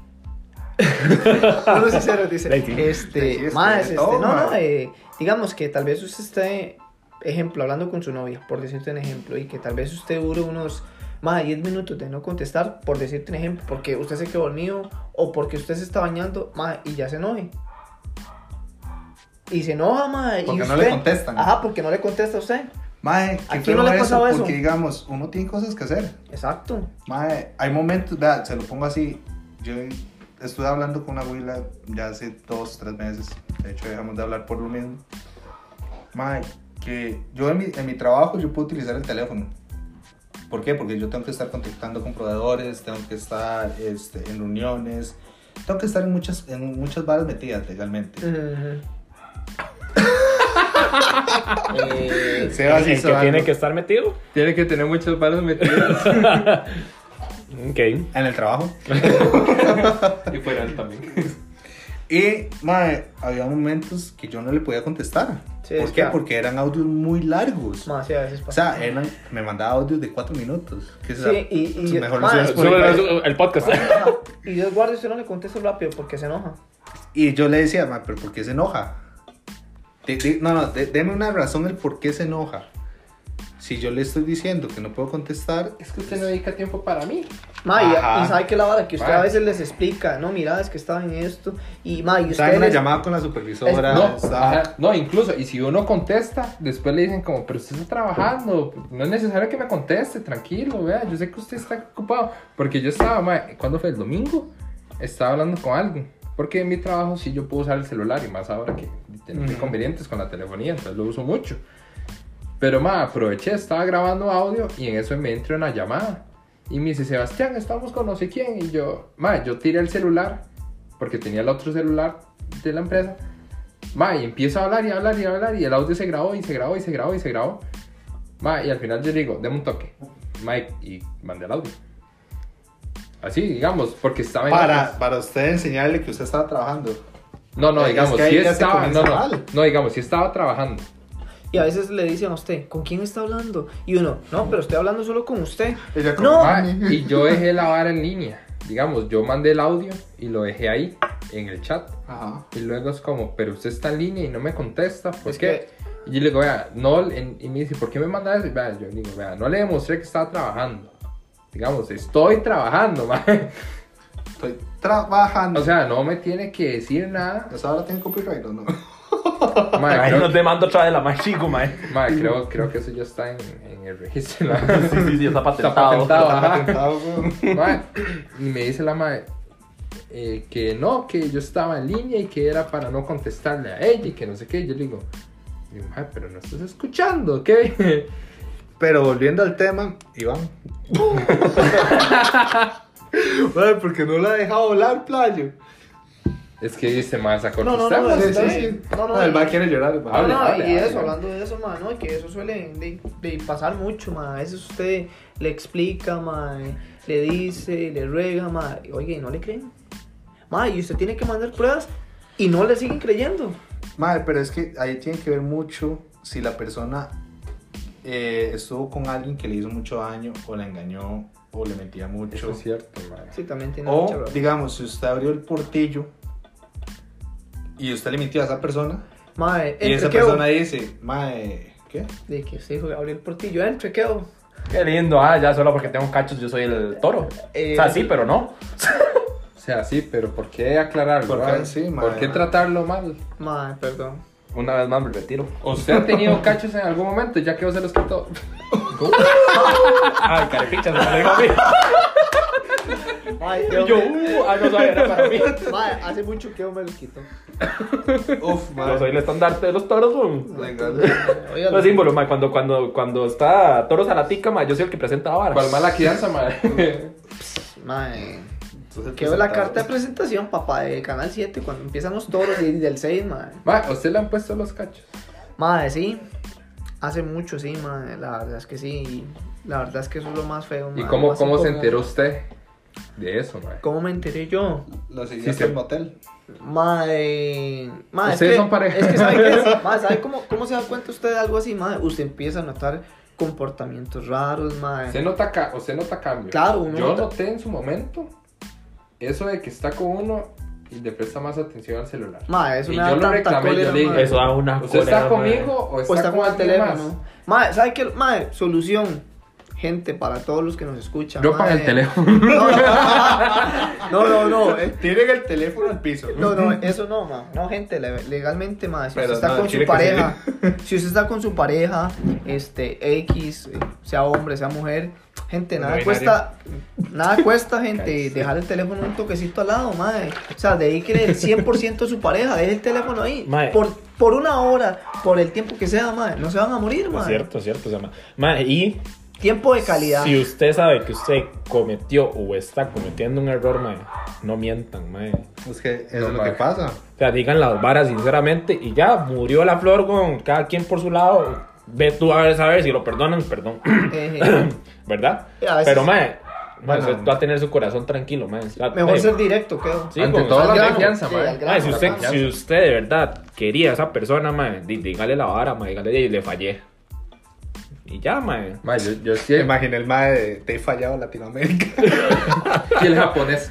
no los sinceros, dice.
Lady.
Este,
Lady, es
más,
que
este,
todo,
no, no,
mae.
eh, digamos que tal vez usted esté, ejemplo, hablando con su novia, por decirte un ejemplo, y que tal vez usted dure unos más de 10 minutos de no contestar, por decirte un ejemplo, porque usted se quedó dormido o porque usted se está bañando, más, y ya se enoje. Y se enoja, más.
Porque
y
no
usted,
le contestan.
Ajá, porque no le contesta a usted.
Mae,
¿A
qué
quién
feo
no le ha
eso,
pasado eso?
porque digamos, uno tiene cosas que hacer.
Exacto.
Mae, hay momentos, vea, se lo pongo así. Yo estuve hablando con una abuela ya hace dos, tres meses. De hecho, dejamos de hablar por lo mismo. Mae, que yo en mi, en mi trabajo yo puedo utilizar el teléfono. ¿Por qué? Porque yo tengo que estar contactando con proveedores, tengo que estar este, en reuniones, tengo que estar en muchas, en muchas varas metidas legalmente.
Eh,
Sebas
¿En que
hizo algo.
tiene que estar metido?
Tiene que tener muchas balas metidas.
Ok.
En el trabajo.
y fuera él también.
Y, mae, había momentos que yo no le podía contestar.
Sí,
¿Por
es
qué?
que-
Porque eran audios muy largos.
mae, sí, a veces
O
pasa.
sea, él me mandaba audios de cuatro minutos. Que es
Sí,
la-
y- y-
su mejor
madre,
opción es
Solo
Spotify.
el, el podcast.
Ajá, y Dios guarde, usted no le contesta rápido porque se enoja.
Y yo le decía, "Ma, pero ¿por qué se enoja? De- de- no, no, de- deme una razón el por qué se enoja. Si yo le estoy diciendo que no puedo contestar,
Es que usted no dedica tiempo para mí.
Ma, y,
Ajá.
y sabe que la vara que usted
Ma.
a veces les explica, no, mira, es que estaba en esto. Y ma, y
estaba en
usted.
una
les-
llamada con la supervisora.
No,
estaba-
ajá, no, incluso, y si uno contesta, después le dicen como, pero usted está trabajando, no es necesario que me conteste, tranquilo, vea, yo sé que usted está ocupado, porque yo estaba, mae, ¿cuándo fue? ¿El domingo? Estaba hablando con alguien, porque en mi trabajo sí yo puedo usar el celular, y más ahora que tengo
Ujú.
inconvenientes con la telefonía, entonces lo uso mucho. Pero, ma, aproveché, estaba grabando audio, y en eso me entra una llamada, y me dice, Sebastián, estamos con no sé quién, y yo, ma, yo tiré el celular, porque tenía el otro celular de la empresa, Ma, y empiezo a hablar y a hablar y a hablar y el audio se grabó y se grabó y se grabó y se grabó. Ma, y al final yo le digo, deme un toque. Mike, y mandé el audio. Así, digamos, porque estaba en
para, para usted enseñarle que usted estaba trabajando.
No, no,
Es
digamos,
que ahí
sí
ya se
estaba.
comienza
No, no,
mal.
no, digamos, sí estaba trabajando.
Y a veces le dicen a usted, ¿con quién está hablando? Y uno, no, pero estoy hablando solo con usted.
Ella como,
No.
Ma,
"Mami".
y yo dejé la vara en línea. Digamos, yo mandé el audio y lo dejé ahí, en el chat.
Ajá.
Y luego es como, pero usted está en línea y no me contesta, ¿por
Es
qué? Y yo le digo, vea, no, en- y me dice, ¿por qué me manda eso? Y vea, yo digo, vea, no le demostré que estaba trabajando. Digamos, estoy trabajando, mae.
Estoy trabajando.
O sea, no me tiene que decir nada.
¿Esa ahora tiene copyright o no?
Mae,
Ay, no
creo,
te mando otra vez la más chico, mae.
mae, creo, creo que eso ya está en, en el registro.
Sí, sí, sí, está patentado.
Está patentado,
Está
ajá.
patentado, weón.
Mae, y me dice la madre que no, que yo estaba en línea y que era para no contestarle a ella y que no sé qué. Yo le digo, y, mae, pero no estás escuchando, ¿qué?
Pero volviendo al tema, Iván. Madre, porque no la ha dejado hablar, playo.
Es que dice más a
no, no,
contestar.
no,
mae.
está bien. No, no,
Ah, el
y-
va quiere llorar. el
No,
mae.
Hable,
no,
hable,
y
hable,
eso,
hable.
hablando de eso, ma, no, y que eso suele de, de pasar mucho, ma. A veces usted le explica, ma, le dice, le ruega, ma. y, Oye, no le creen. Ma, y usted tiene que mandar pruebas y no le siguen creyendo.
Madre, pero es que ahí tiene que ver mucho si la persona eh, estuvo con alguien que le hizo mucho daño o la engañó o le mentía
Eso
mucho.
es cierto, mae.
Sí, también tiene mucha
O,
razón.
digamos, si usted abrió el portillo y usted le mintió a esa persona
Mae,
y
entre
esa
queo.
persona dice, madre, ¿qué?
De que se dijo, abrió el portillo, entre queo.
Qué lindo, ah, ya solo porque tengo cachos yo soy el toro.
Eh,
o sea, sí, pero no.
O sea, sí, pero ¿por qué aclararlo?
¿Por qué?
mae?
Sí, mae.
¿Por qué tratarlo mal?
Mae, perdón.
Una vez más me retiro.
¿Usted ha tenido cachos en algún momento? Ya que vos se los quitó.
Ay, carepichas, me lo digo a mí.
Mae,
Y Yo, uh, ah, no sabía, era para mí.
Mae, hace mucho que me lo quito.
Uf,
Yo soy el estandarte de los toros, weón.
Oiga,
Los símbolos, mae, cuando, cuando, cuando está toros a la tica, mae, yo soy el que presenta la vara.
¿Cuál mala crianza, madre?
mae.
Entonces,
Quedó la
presentador.
carta de presentación, papá, de Canal 7, cuando empiezan los toros y del 6, madre.
Ma, ¿a ¿usted le han puesto los cachos?
Madre, sí. Hace mucho, sí, madre. La verdad es que sí. y la verdad es que eso es lo más feo,
¿Y
mae, lo
cómo,
más
cómo se
incómodo.
enteró usted de eso, mae?
¿Cómo me enteré yo?
Lo
Sí,
siguiente
sí.
al motel.
Madre. Madre,
Ustedes
es que,
son pareja.
Es que, ¿sabe qué es? Madre, ¿sabe cómo, cómo se da cuenta usted de algo así, madre? Usted empieza a notar comportamientos raros, madre.
Usted nota, ca- usted nota cambio.
Claro, uno
Yo
nota-
noté en su momento eso de que está con uno y le presta más atención al celular.
Madre, eso
Y
me da
yo lo
tanta
reclamé, yo
cólera,
le dije,
mae.
Eso da una
¿Usted está
cólera, mae.
conmigo o está,
O está
con
con el
alguien más?
teléfono. Madre, ¿sabe qué? Madre, solución. Gente, para todos los que nos escuchan.
Yo para
mae.
el teléfono.
No, no, no. eh,
Tienen el teléfono al piso.
No, no, eso no, ma. No, gente, le- legalmente, ma. Si
Pero
usted está
no,
con
Chile
su
que
pareja, si usted está con su pareja, este, X, eh, sea hombre, sea mujer, gente,
No
nada
binario.
cuesta, nada cuesta, gente, dejar el teléfono un toquecito al lado, ma. O sea, de ahí que el 100% de su pareja, deje el teléfono ahí.
Mae.
Por, por una hora, por el tiempo que sea, ma. No se van a morir, ma.
Es cierto, es cierto. o sea, ma- ma, y
Tiempo de calidad.
si usted sabe que usted cometió o está cometiendo un error, mae, no mientan, mae.
Es que eso
No,
es lo
mae.
que pasa.
O sea, digan las varas sinceramente y ya, murió la flor con cada quien por su lado. Ve tú a ver, saber si lo perdonan, perdón.
Eh, eh,
¿Verdad?
A veces-
Pero, mae, mae,
Bueno.
usted va a tener su corazón tranquilo, mae. O sea,
mejor
mae,
ser directo, quedo.
Sí,
Ante
como-
todo
al
la
grano,
confianza,
sí,
mae.
al grano.
Mae, si usted,
Confianza.
si usted de verdad quería a esa persona, mae, di- dígale la vara, mae, dígale y le fallé. Y ya, mae.
Mae, yo, yo sí,
Te imaginé el mae de te he fallado Latinoamérica.
y el japonés.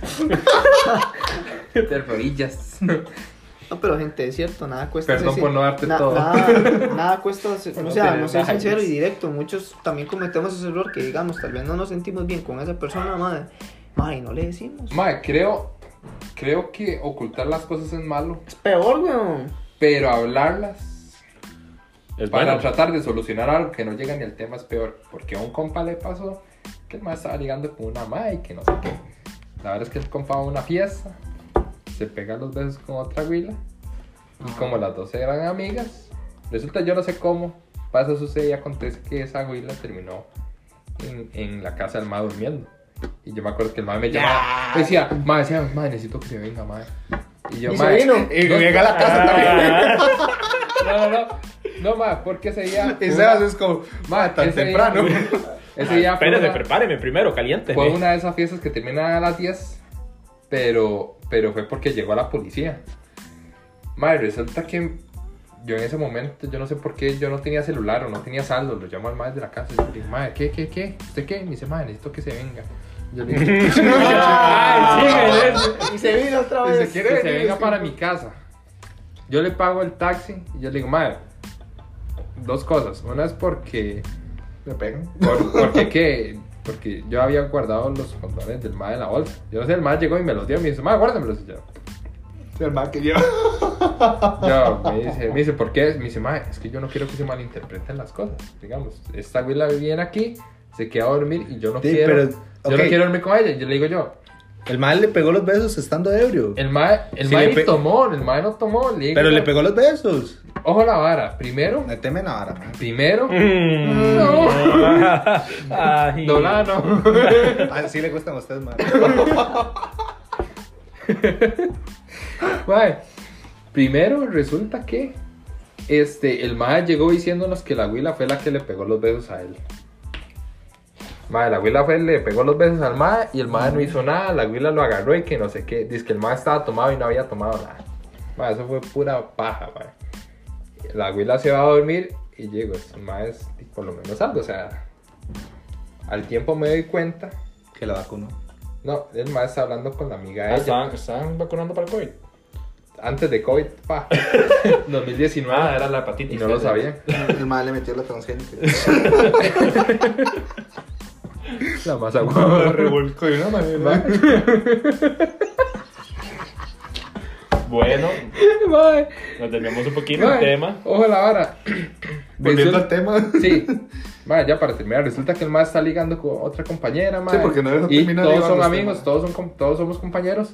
Terrorillas.
No, pero gente, es cierto, nada cuesta.
Perdón
ser-
por no darte todo.
Nada, nada cuesta, ser-
Por
no
no
sea,
tener
no ser
nada.
sincero y directo. Muchos también cometemos ese error que digamos, tal vez no nos sentimos bien con esa persona, madre. Madre, no le decimos.
Mae, creo, creo que ocultar las cosas es malo,
Es peor, weón.
pero hablarlas
Es
para
bueno.
tratar de solucionar algo que no llega ni al tema es peor. Porque a un compa le pasó que el mae estaba ligando con una mae y que no sé qué. La verdad es que el compa va a una fiesta, se pega los besos con otra huila y como las dos eran amigas, resulta yo no sé cómo, pasa, sucede y acontece que esa huila terminó en, en la casa del mae durmiendo. Y yo me acuerdo que el mae me llamaba, me decía, mae, decía, mae, necesito que se venga, mae. Y yo,
Y se
mae,
vino.
Y llega a la casa también.
Ah,
no, no, no, no, mae, porque ese día...
Y
una-
Sebas es como, mae, tan
Ese día-
temprano.
ese
Ah,
día fue
Espérese,
una-
prepáreme primero, caliente.
fue una de esas fiestas que termina a las 10, pero, pero fue porque llegó la policía. Madre, resulta que yo en ese momento, yo no sé por qué, yo no tenía celular o no tenía saldo, lo llamo al madre de la casa y le digo, madre, ¿qué, qué, qué? ¿Usted qué? Me dice, madre, necesito que se venga. Yo le digo,
Ah,
Y se vino otra
"Dice,
vez.
¿quiere que se venga para mi casa? Yo le pago el taxi y yo le digo, madre, dos cosas. Una es porque
Me pegan.
Por- porque qué? Porque yo había guardado los condones del mae en la bolsa. Yo no sé, el mae llegó y me los dio y me dice, mae, guárdamelos. Y yo,
El mae que yo.
yo, me dice, me dice, ¿por qué? Me dice, mae, es que yo no quiero que se malinterpreten las cosas. Digamos, esta güila viene aquí, se queda a dormir y yo no
Sí,
quiero.
pero,
Yo
ok.
no quiero dormir con ella. Y yo le digo yo,
El mae le pegó los besos estando ebrio.
el mae, el
Si
mae
le pe-
tomó, el mae no tomó. Le digo,
Pero le
yo,
pegó los besos.
Ojo la vara, primero,
Meteme la vara, mae.
primero,
No. Mm. Ay. Ah,
dolano.
Así Ah, le gustan a ustedes, mae.
Mae, primero resulta que este, el mae llegó diciéndonos que la abuela fue la que le pegó los besos a él. Mae, la abuela fue, le pegó los besos al mae y el mae no hizo nada, la abuela lo agarró y que no sé qué. Dice que el mae estaba tomado y no había tomado nada. Mae, eso fue pura paja, mae. La abuela se va a dormir y llego, el mae es por lo menos algo, o sea, al tiempo me doy cuenta.
Que la vacunó.
No, el mae está hablando con la amiga de
Ah,
ella
¿Están, están vacunando para el COVID?
antes de COVID, pa. 2019.
Ah, era la
y
hepatitis.
no lo sabía.
El mae le metió la transgénica.
La más agua.
revolcó de una manera.
Bueno,
Mae,
nos desviamos un poquito
mae,
del tema.
Ojo la vara.
Volviendo al
Resulta-
tema.
Sí. Mae, ya para terminar, resulta que el mae está ligando con otra compañera, mae.
Sí, porque no dejan
Y
terminar
todos
ligando
son
este,
amigos,
mae.
todos, son, com- todos somos compañeros.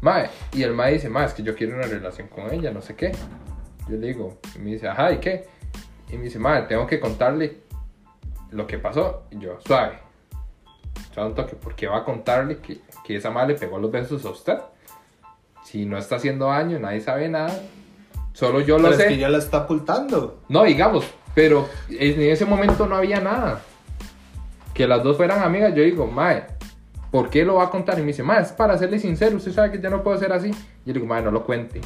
Mae, y el mae dice, mae, es que yo quiero una relación con ella, no sé qué. Yo le digo, y me dice, ajá, ¿y qué? Y me dice, mae, tengo que contarle lo que pasó. Y yo, suave. O sea, un toque, porque va a contarle que, que esa madre le pegó los besos a usted. Si no está haciendo daño, nadie sabe nada. Solo yo lo
Pero es
sé.
que ya la está ocultando.
No, digamos, pero en ese momento no había nada. Que las dos fueran amigas, yo digo, mae, ¿por qué lo va a contar? Y me dice, mae, es para serle sincero, usted sabe que yo no puedo ser así. Yo le digo, mae, no lo cuente.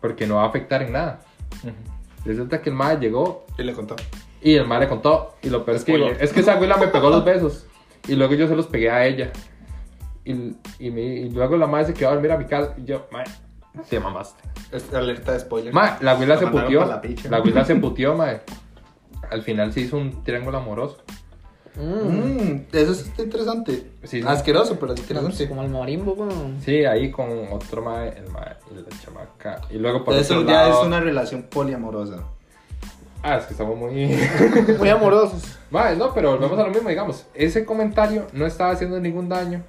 Porque no va a afectar en nada. Resulta que el mae llegó
Y le contó.
y el mae le contó. Y lo peor es que digo,
Spoiler.
es que esa güila me pegó los besos. Y luego yo se los pegué a ella. Y, y me- y luego la madre se quedó a dormir a mi casa. Y yo, mae, te mamaste.
Es alerta de spoiler.
Ma, la güila
Lo
se
mandaron
putió.
pa' la picha.
La güila se putió, mae. Al final se hizo un triángulo amoroso.
Mm, eso es interesante.
Sí, sí.
Asqueroso, pero
No, pues,
interesante.
como el marimbo, weón.
Sí, ahí con otro mae, el mae y la chamaca. Y luego por
Eso
otro
ya
lado-
es una relación poliamorosa.
Ah, es que estamos muy...
Muy amorosos.
mae, no, pero volvemos a lo mismo, digamos. Ese comentario no estaba haciendo ningún daño.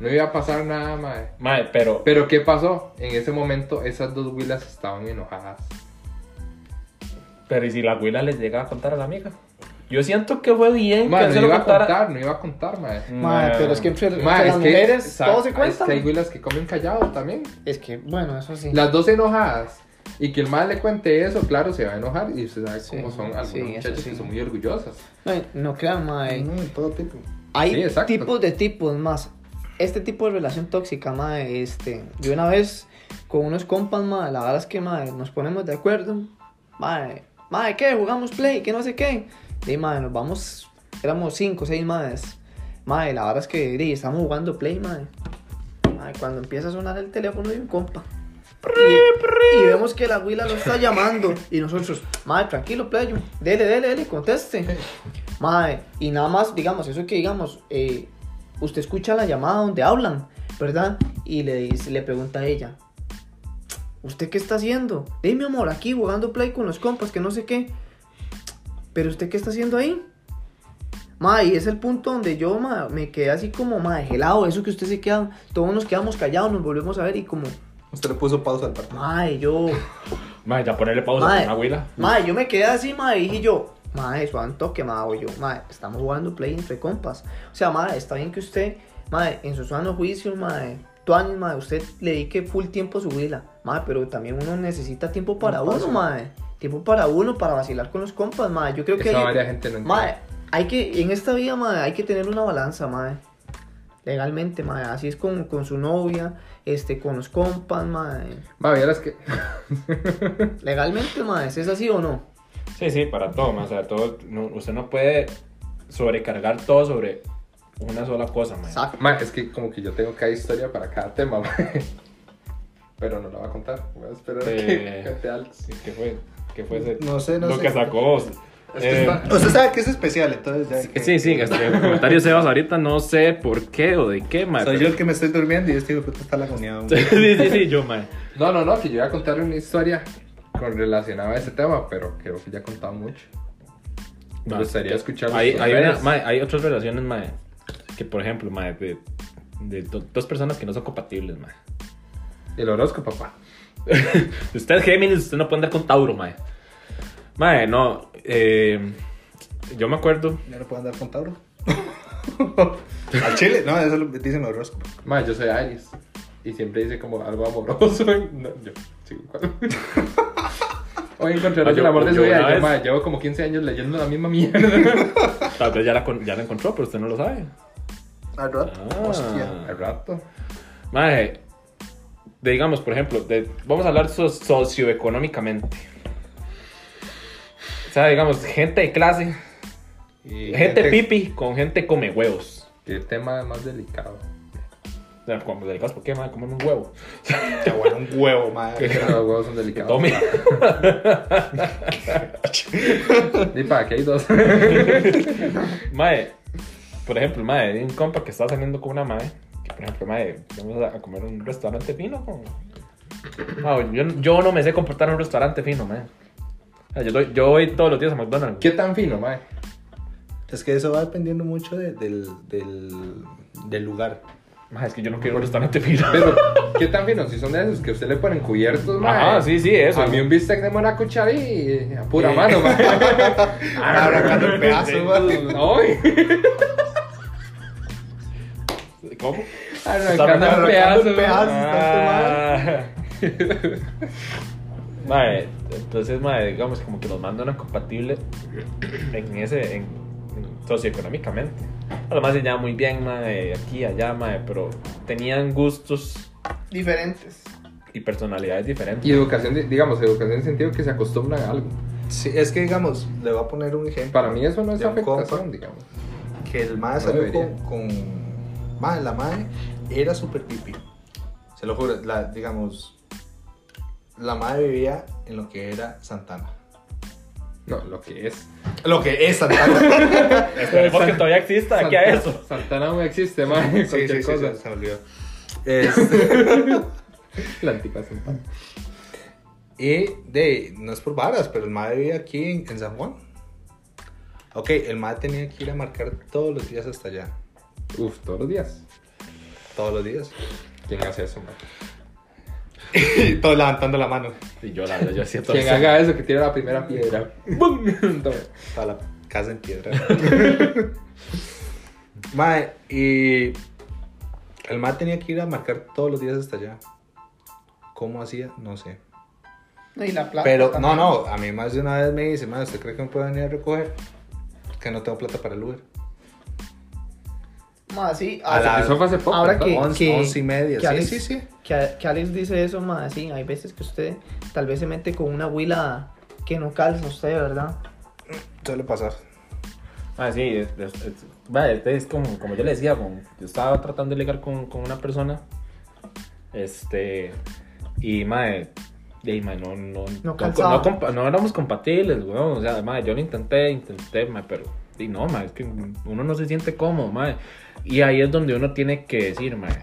No iba a pasar nada, mae.
Mae, pero.
Pero ¿qué pasó? En ese momento esas dos güilas estaban enojadas.
Pero ¿y si la abuela les llega a contar a la amiga? Yo siento que fue bien
Mae,
que
no
se lo
iba a
contara.
contar, no iba a contar, mae.
Mae, pero es que entre, entre
Mae, Mm.
las
es que-
mujeres
sa-
todo se
Es que
cuenta.
hay güilas que comen callado también.
Es que, bueno, eso sí.
Las dos enojadas. Y que el mal le cuente eso, claro, se va a enojar. Y usted sabe
Sí,
cómo son algunos
sí, eso
muchachos
sí.
que son muy orgullosas.
No, no crean, mae.
Mm, todo tipo.
Hay
Sí, exacto.
tipos de tipos más. Este tipo de relación tóxica, madre, este, yo una vez con unos compas, madre, la verdad es que, madre, nos ponemos de acuerdo, madre, madre, ¿qué? Jugamos play, que no sé qué. Y, madre, nos vamos, éramos cinco, seis madres. Madre, la verdad es que, di, estamos jugando play, madre. Madre, cuando empieza a sonar el teléfono de un compa. Y, y vemos que la huila lo está llamando. Y nosotros, madre, tranquilo, playo. Dele, dele, dele, conteste. Madre, y nada más, digamos, eso que digamos, eh, usted escucha la llamada donde hablan, ¿verdad? Y le, dice- le pregunta a ella, ¿usted qué está haciendo? Dime, mi amor, aquí jugando play con los compas, que no sé qué. ¿Pero usted qué está haciendo ahí? Madre, y es el punto donde yo ma, me quedé así como, madre, gelado, eso que usted se queda, todos nos quedamos callados, nos volvemos a ver y como,
Usted le puso pausa al partido.
madre, yo...
Mae, ya ponerle pausa
Mae.
a la abuela.
Mm.
Mae, yo me quedé así, mae, y dije yo, mae, suave un toque, mae, o yo, mae, estamos jugando play entre compas. O sea, mae, está bien que usted, mae, en su sano juicio, mae, tuanis, mae, usted le dedique full tiempo a su vida, mae, pero también uno necesita tiempo para
Un paso.
uno, mae. Tiempo para uno, para vacilar con los compas, mae. Yo creo que
Eso
hay-
varias gente no entiende.
mae, hay que, en esta vida, mae, hay que tener una balanza, mae. Legalmente, mae, así es con, con su novia, este, con los compas, mae.
Mae, vieras que...
Legalmente, mae, ¿es así o no?
Sí, sí, para todo, mae, O sea, todo, no- usted no puede sobrecargar todo sobre una sola cosa, mae.
Exacto.
Mae, es que como que yo tengo cada historia para cada tema, mae. Pero no la va a contar. Voy a esperar a que
Eh.
cuente algo. Sí.
¿Qué fue? ¿Qué fue ese?
No sé, no
lo
sé.
que sacó. eh,
Usted sabe que es especial, entonces ya. que-
Sí, sí, este, el comentario de Sebas ahorita no sé por qué o de qué, mae.
Soy yo
pero-
el que me estoy durmiendo y este hijo de puta está lagoneado.
sí, sí, sí, yo, mae.
No, no, no, que yo iba a contar una historia con relacionada a ese tema, pero creo que ya he contado mucho. Me
Ma,
gustaría
que-
escuchar
Hay,
los
hay, una-
ustedes.
mae, hay otras relaciones, mae, que por ejemplo, mae, de, de do- dos personas que no son compatibles, mae.
El horóscopo, papá.
Si usted es Géminis, usted no puede andar con Tauro, mae. Mae, no, eh, yo me acuerdo,
Ya no puedo andar con Tauro. Al chile, no, eso lo dicen los horóscopos.
Mae, yo soy Aries. Y siempre dice como algo amoroso. No, yo sigo igual. Hoy encontrarás
Ah, yo-
el amor de
yo
su vida.
una
Yo,
vez-
mae, llevo como 15 años leyendo la misma mierda.
tal vez ya la, con- ya la encontró, pero usted no lo sabe.
Al rato.
Ah.
Hostia.
Al rato.
Mae, de- digamos, por ejemplo, de- vamos a hablar so- socioeconómicamente. O sea, digamos, gente de clase,
Y
gente, pipi con gente come huevos.
Qué tema más delicado.
O sea, como delicados, ¿por qué, mae? Comen un huevo.
Te aguanta un huevo, madre.
Pero los huevos son delicados.
Tome.
Y para que hay dos.
Mae, por ejemplo, mae, hay un compa que está saliendo con una mae. Que, por ejemplo, mae, vamos a a comer a un restaurante fino. con- Mae, yo, yo no me sé comportar en un restaurante fino, mae. O sea, Yo, doy- yo voy todos los días a McDonald's.
¿Qué tan fino, mae?
Es que eso va dependiendo mucho de- del, del, del lugar.
Mae, es que yo no quiero un restaurante fino.
Pero, ¿qué tan fino? Si son de esos que usted le ponen cubiertos, mae.
Ajá, Ah, sí, sí, eso. Eh.
A mí un bistec de mona cuchara y a pura
Sí.
mano, mae.
Ah,
Arrancando el pedazo, madre.
Ay.
¿Cómo?
Ah,
Arrancando
arrancando
pedazos.
pedazos,
Ah. Mae, entonces, mae, digamos, como que nos mandan una compatible en ese, en, en socioeconómicamente. Además, se llevaba muy bien, mae, aquí, allá, mae, pero tenían gustos
Diferentes.
y personalidades diferentes.
Y educación, de- digamos, educación en el sentido que se acostumbran a algo.
Sí, es que digamos, le voy a poner un ejemplo.
Para mí eso no es
De un
afectación,
compa.
digamos.
que el mae
No
salió
debería.
con, con- mae, la mae era súper pipi. Se lo juro, la, digamos, la madre vivía en lo que era Santana.
No, lo que es.
Lo que es Santana.
Esperemos que todavía exista de aquí a
Santana-
eso.
Santana no existe, man.
sí, sí, sí,
cosa.
se- se me olvidó. Este,
La antigua Santana.
y de, no es por varas, pero el mae vivía aquí en, en San Juan. Ok, el mae tenía que ir a marcar todos los días hasta allá.
Uf, todos los días.
Todos los días.
¿Quién hace eso, man?
Y todos levantando la mano.
Y yo, la verdad, yo hacía todo
Quien
eso.
haga eso, que tira la primera piedra. ¡Bum! Toma.
Toda la casa en piedra. mae, y el mae tenía que ir a marcar todos los días hasta allá. ¿Cómo hacía? No sé.
No, y la plata.
Pero, no,
también.
no, a mí más de una vez me dice, mae, ¿usted cree que me puede venir a recoger? Que no tengo plata para el Uber.
Ma, sí.
A la-
Eso fue hace poco.
Ahora
¿no?
que-
Once, once y media.
que
Sí,
Alex-
sí, sí.
Que, que Alex dice eso, ma, sí, hay veces que usted tal vez se mete con una huila que no calza a usted, ¿verdad?
Suele pasar.
Ah, sí, es, es- es- va, este es como, como yo le decía, como yo estaba tratando de ligar con, con una persona, este, y madre, y, mae, no, no, no,
calzaba.
no compa- no éramos compatibles, weón, o sea, mae, yo lo intenté, intenté, mae, pero, y no, mae, es que uno no se siente cómodo, mae, y ahí es donde uno tiene que decir, mae,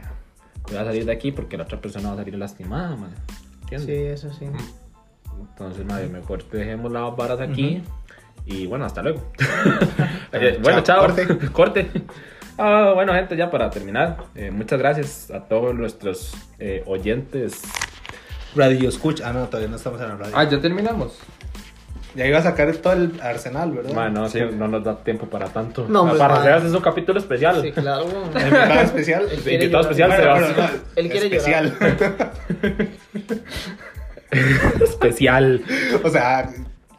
voy a salir de aquí porque la otra persona va a salir lastimada, mae, ¿entiendes?
Sí, eso
Mm.
sí.
Entonces, madre, mejor dejemos las varas aquí. Y bueno, hasta luego. Eh, bueno,
Chao,
chao.
corte.
Corte. Ah, bueno, gente, ya para terminar, eh, muchas gracias a todos nuestros eh, oyentes.
Radio escucha. Ah, no, todavía no estamos en la radio.
Ah, ya terminamos.
ya iba a sacar todo el arsenal, ¿verdad?
Mae, no, sí, no nos da tiempo para tanto.
No, hombre,
para
mae.
hacer es un capítulo especial.
Sí, claro. weón.
El invitado especial.
De
Él quiere
invitado
llorar.
especial,
Bueno,
Sebas.
bueno, no,
Él quiere llorar.
especial.
especial.
O sea,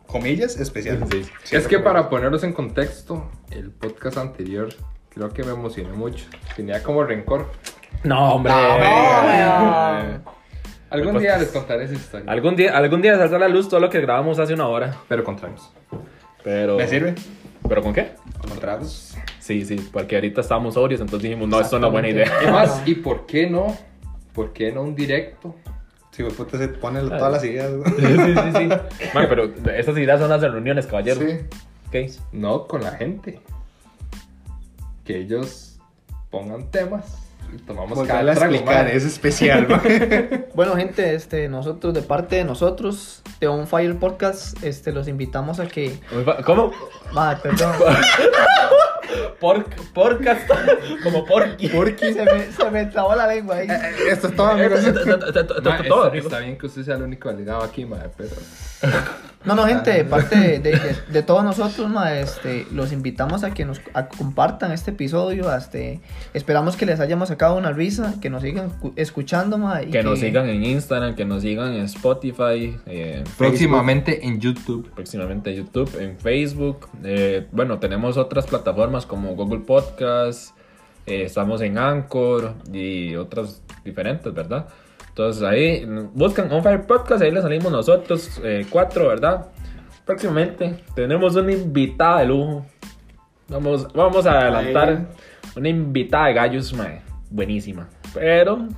comillas, especial.
Sí.
es que para ponerlos en contexto, el podcast anterior creo que me emocioné mucho. Tenía como rencor.
No, hombre.
Eh, Algún
El
día
podcast.
les contaré esa historia.
Algún día, algún día saldrá a la luz todo lo que grabamos hace una hora.
Pero contamos.
Pero.
¿Me sirve?
¿Pero con qué?
Contratos.
Sí, sí, porque ahorita estábamos sobrios, entonces dijimos, no, esto no es buena idea.
Es más, ¿y por qué no? ¿Por qué no un directo?
Si güey, puta se ponen todas las ideas.
Sí, sí, sí, sí. Mae, pero esas ideas son las de reuniones, caballero.
Sí.
¿Qué?
No, con la gente. Que ellos pongan temas y tomamos
Vamos a
cada trago.
explicar,
madre.
es especial. güey.
Bueno, gente, este, nosotros, de parte de nosotros, de On Fire Podcast, este, los invitamos a que.
¿Cómo?
Ma, perdón.
Por, porcast. Como porky.
Porque se me, se me trabó la lengua ahí.
Esto es todo, amigos.
Ma,
Todo,
está,
amigos.
está bien que usted sea el único validado aquí, madre, pero...
No, no, gente,
Ah.
de parte de, de- de todos nosotros, ma, este, los invitamos a que nos a- compartan este episodio. a Este, esperamos que les hayamos sacado una risa, que nos sigan cu- escuchando, ma, y
Que nos sigan en Instagram, que nos sigan en Spotify, eh,
Próximamente en YouTube.
próximamente YouTube, en Facebook. eh, bueno, tenemos otras plataformas como Google Podcast, eh, estamos en Anchor y otras diferentes, ¿verdad? Entonces ahí mm, buscan On Fire Podcast, ahí le salimos nosotros eh, cuatro, ¿verdad? Próximamente tenemos una invitada de lujo. Vamos, vamos a adelantar una invitada de gallos, mae, buenísima. Pero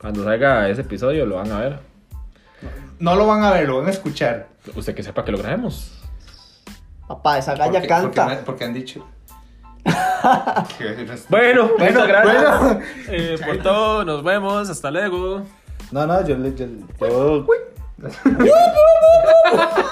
cuando salga ese episodio lo van a ver.
No lo van a ver, lo van a escuchar.
Usted que sepa que lo grabemos.
Papá, esa galla
Porque-
canta.
Porque, me- porque han dicho.
Bueno,
Bueno,
muchas gracias
bueno.
eh, por todo. Nos vemos. Hasta luego.
No, no, yo le. Yo, yo...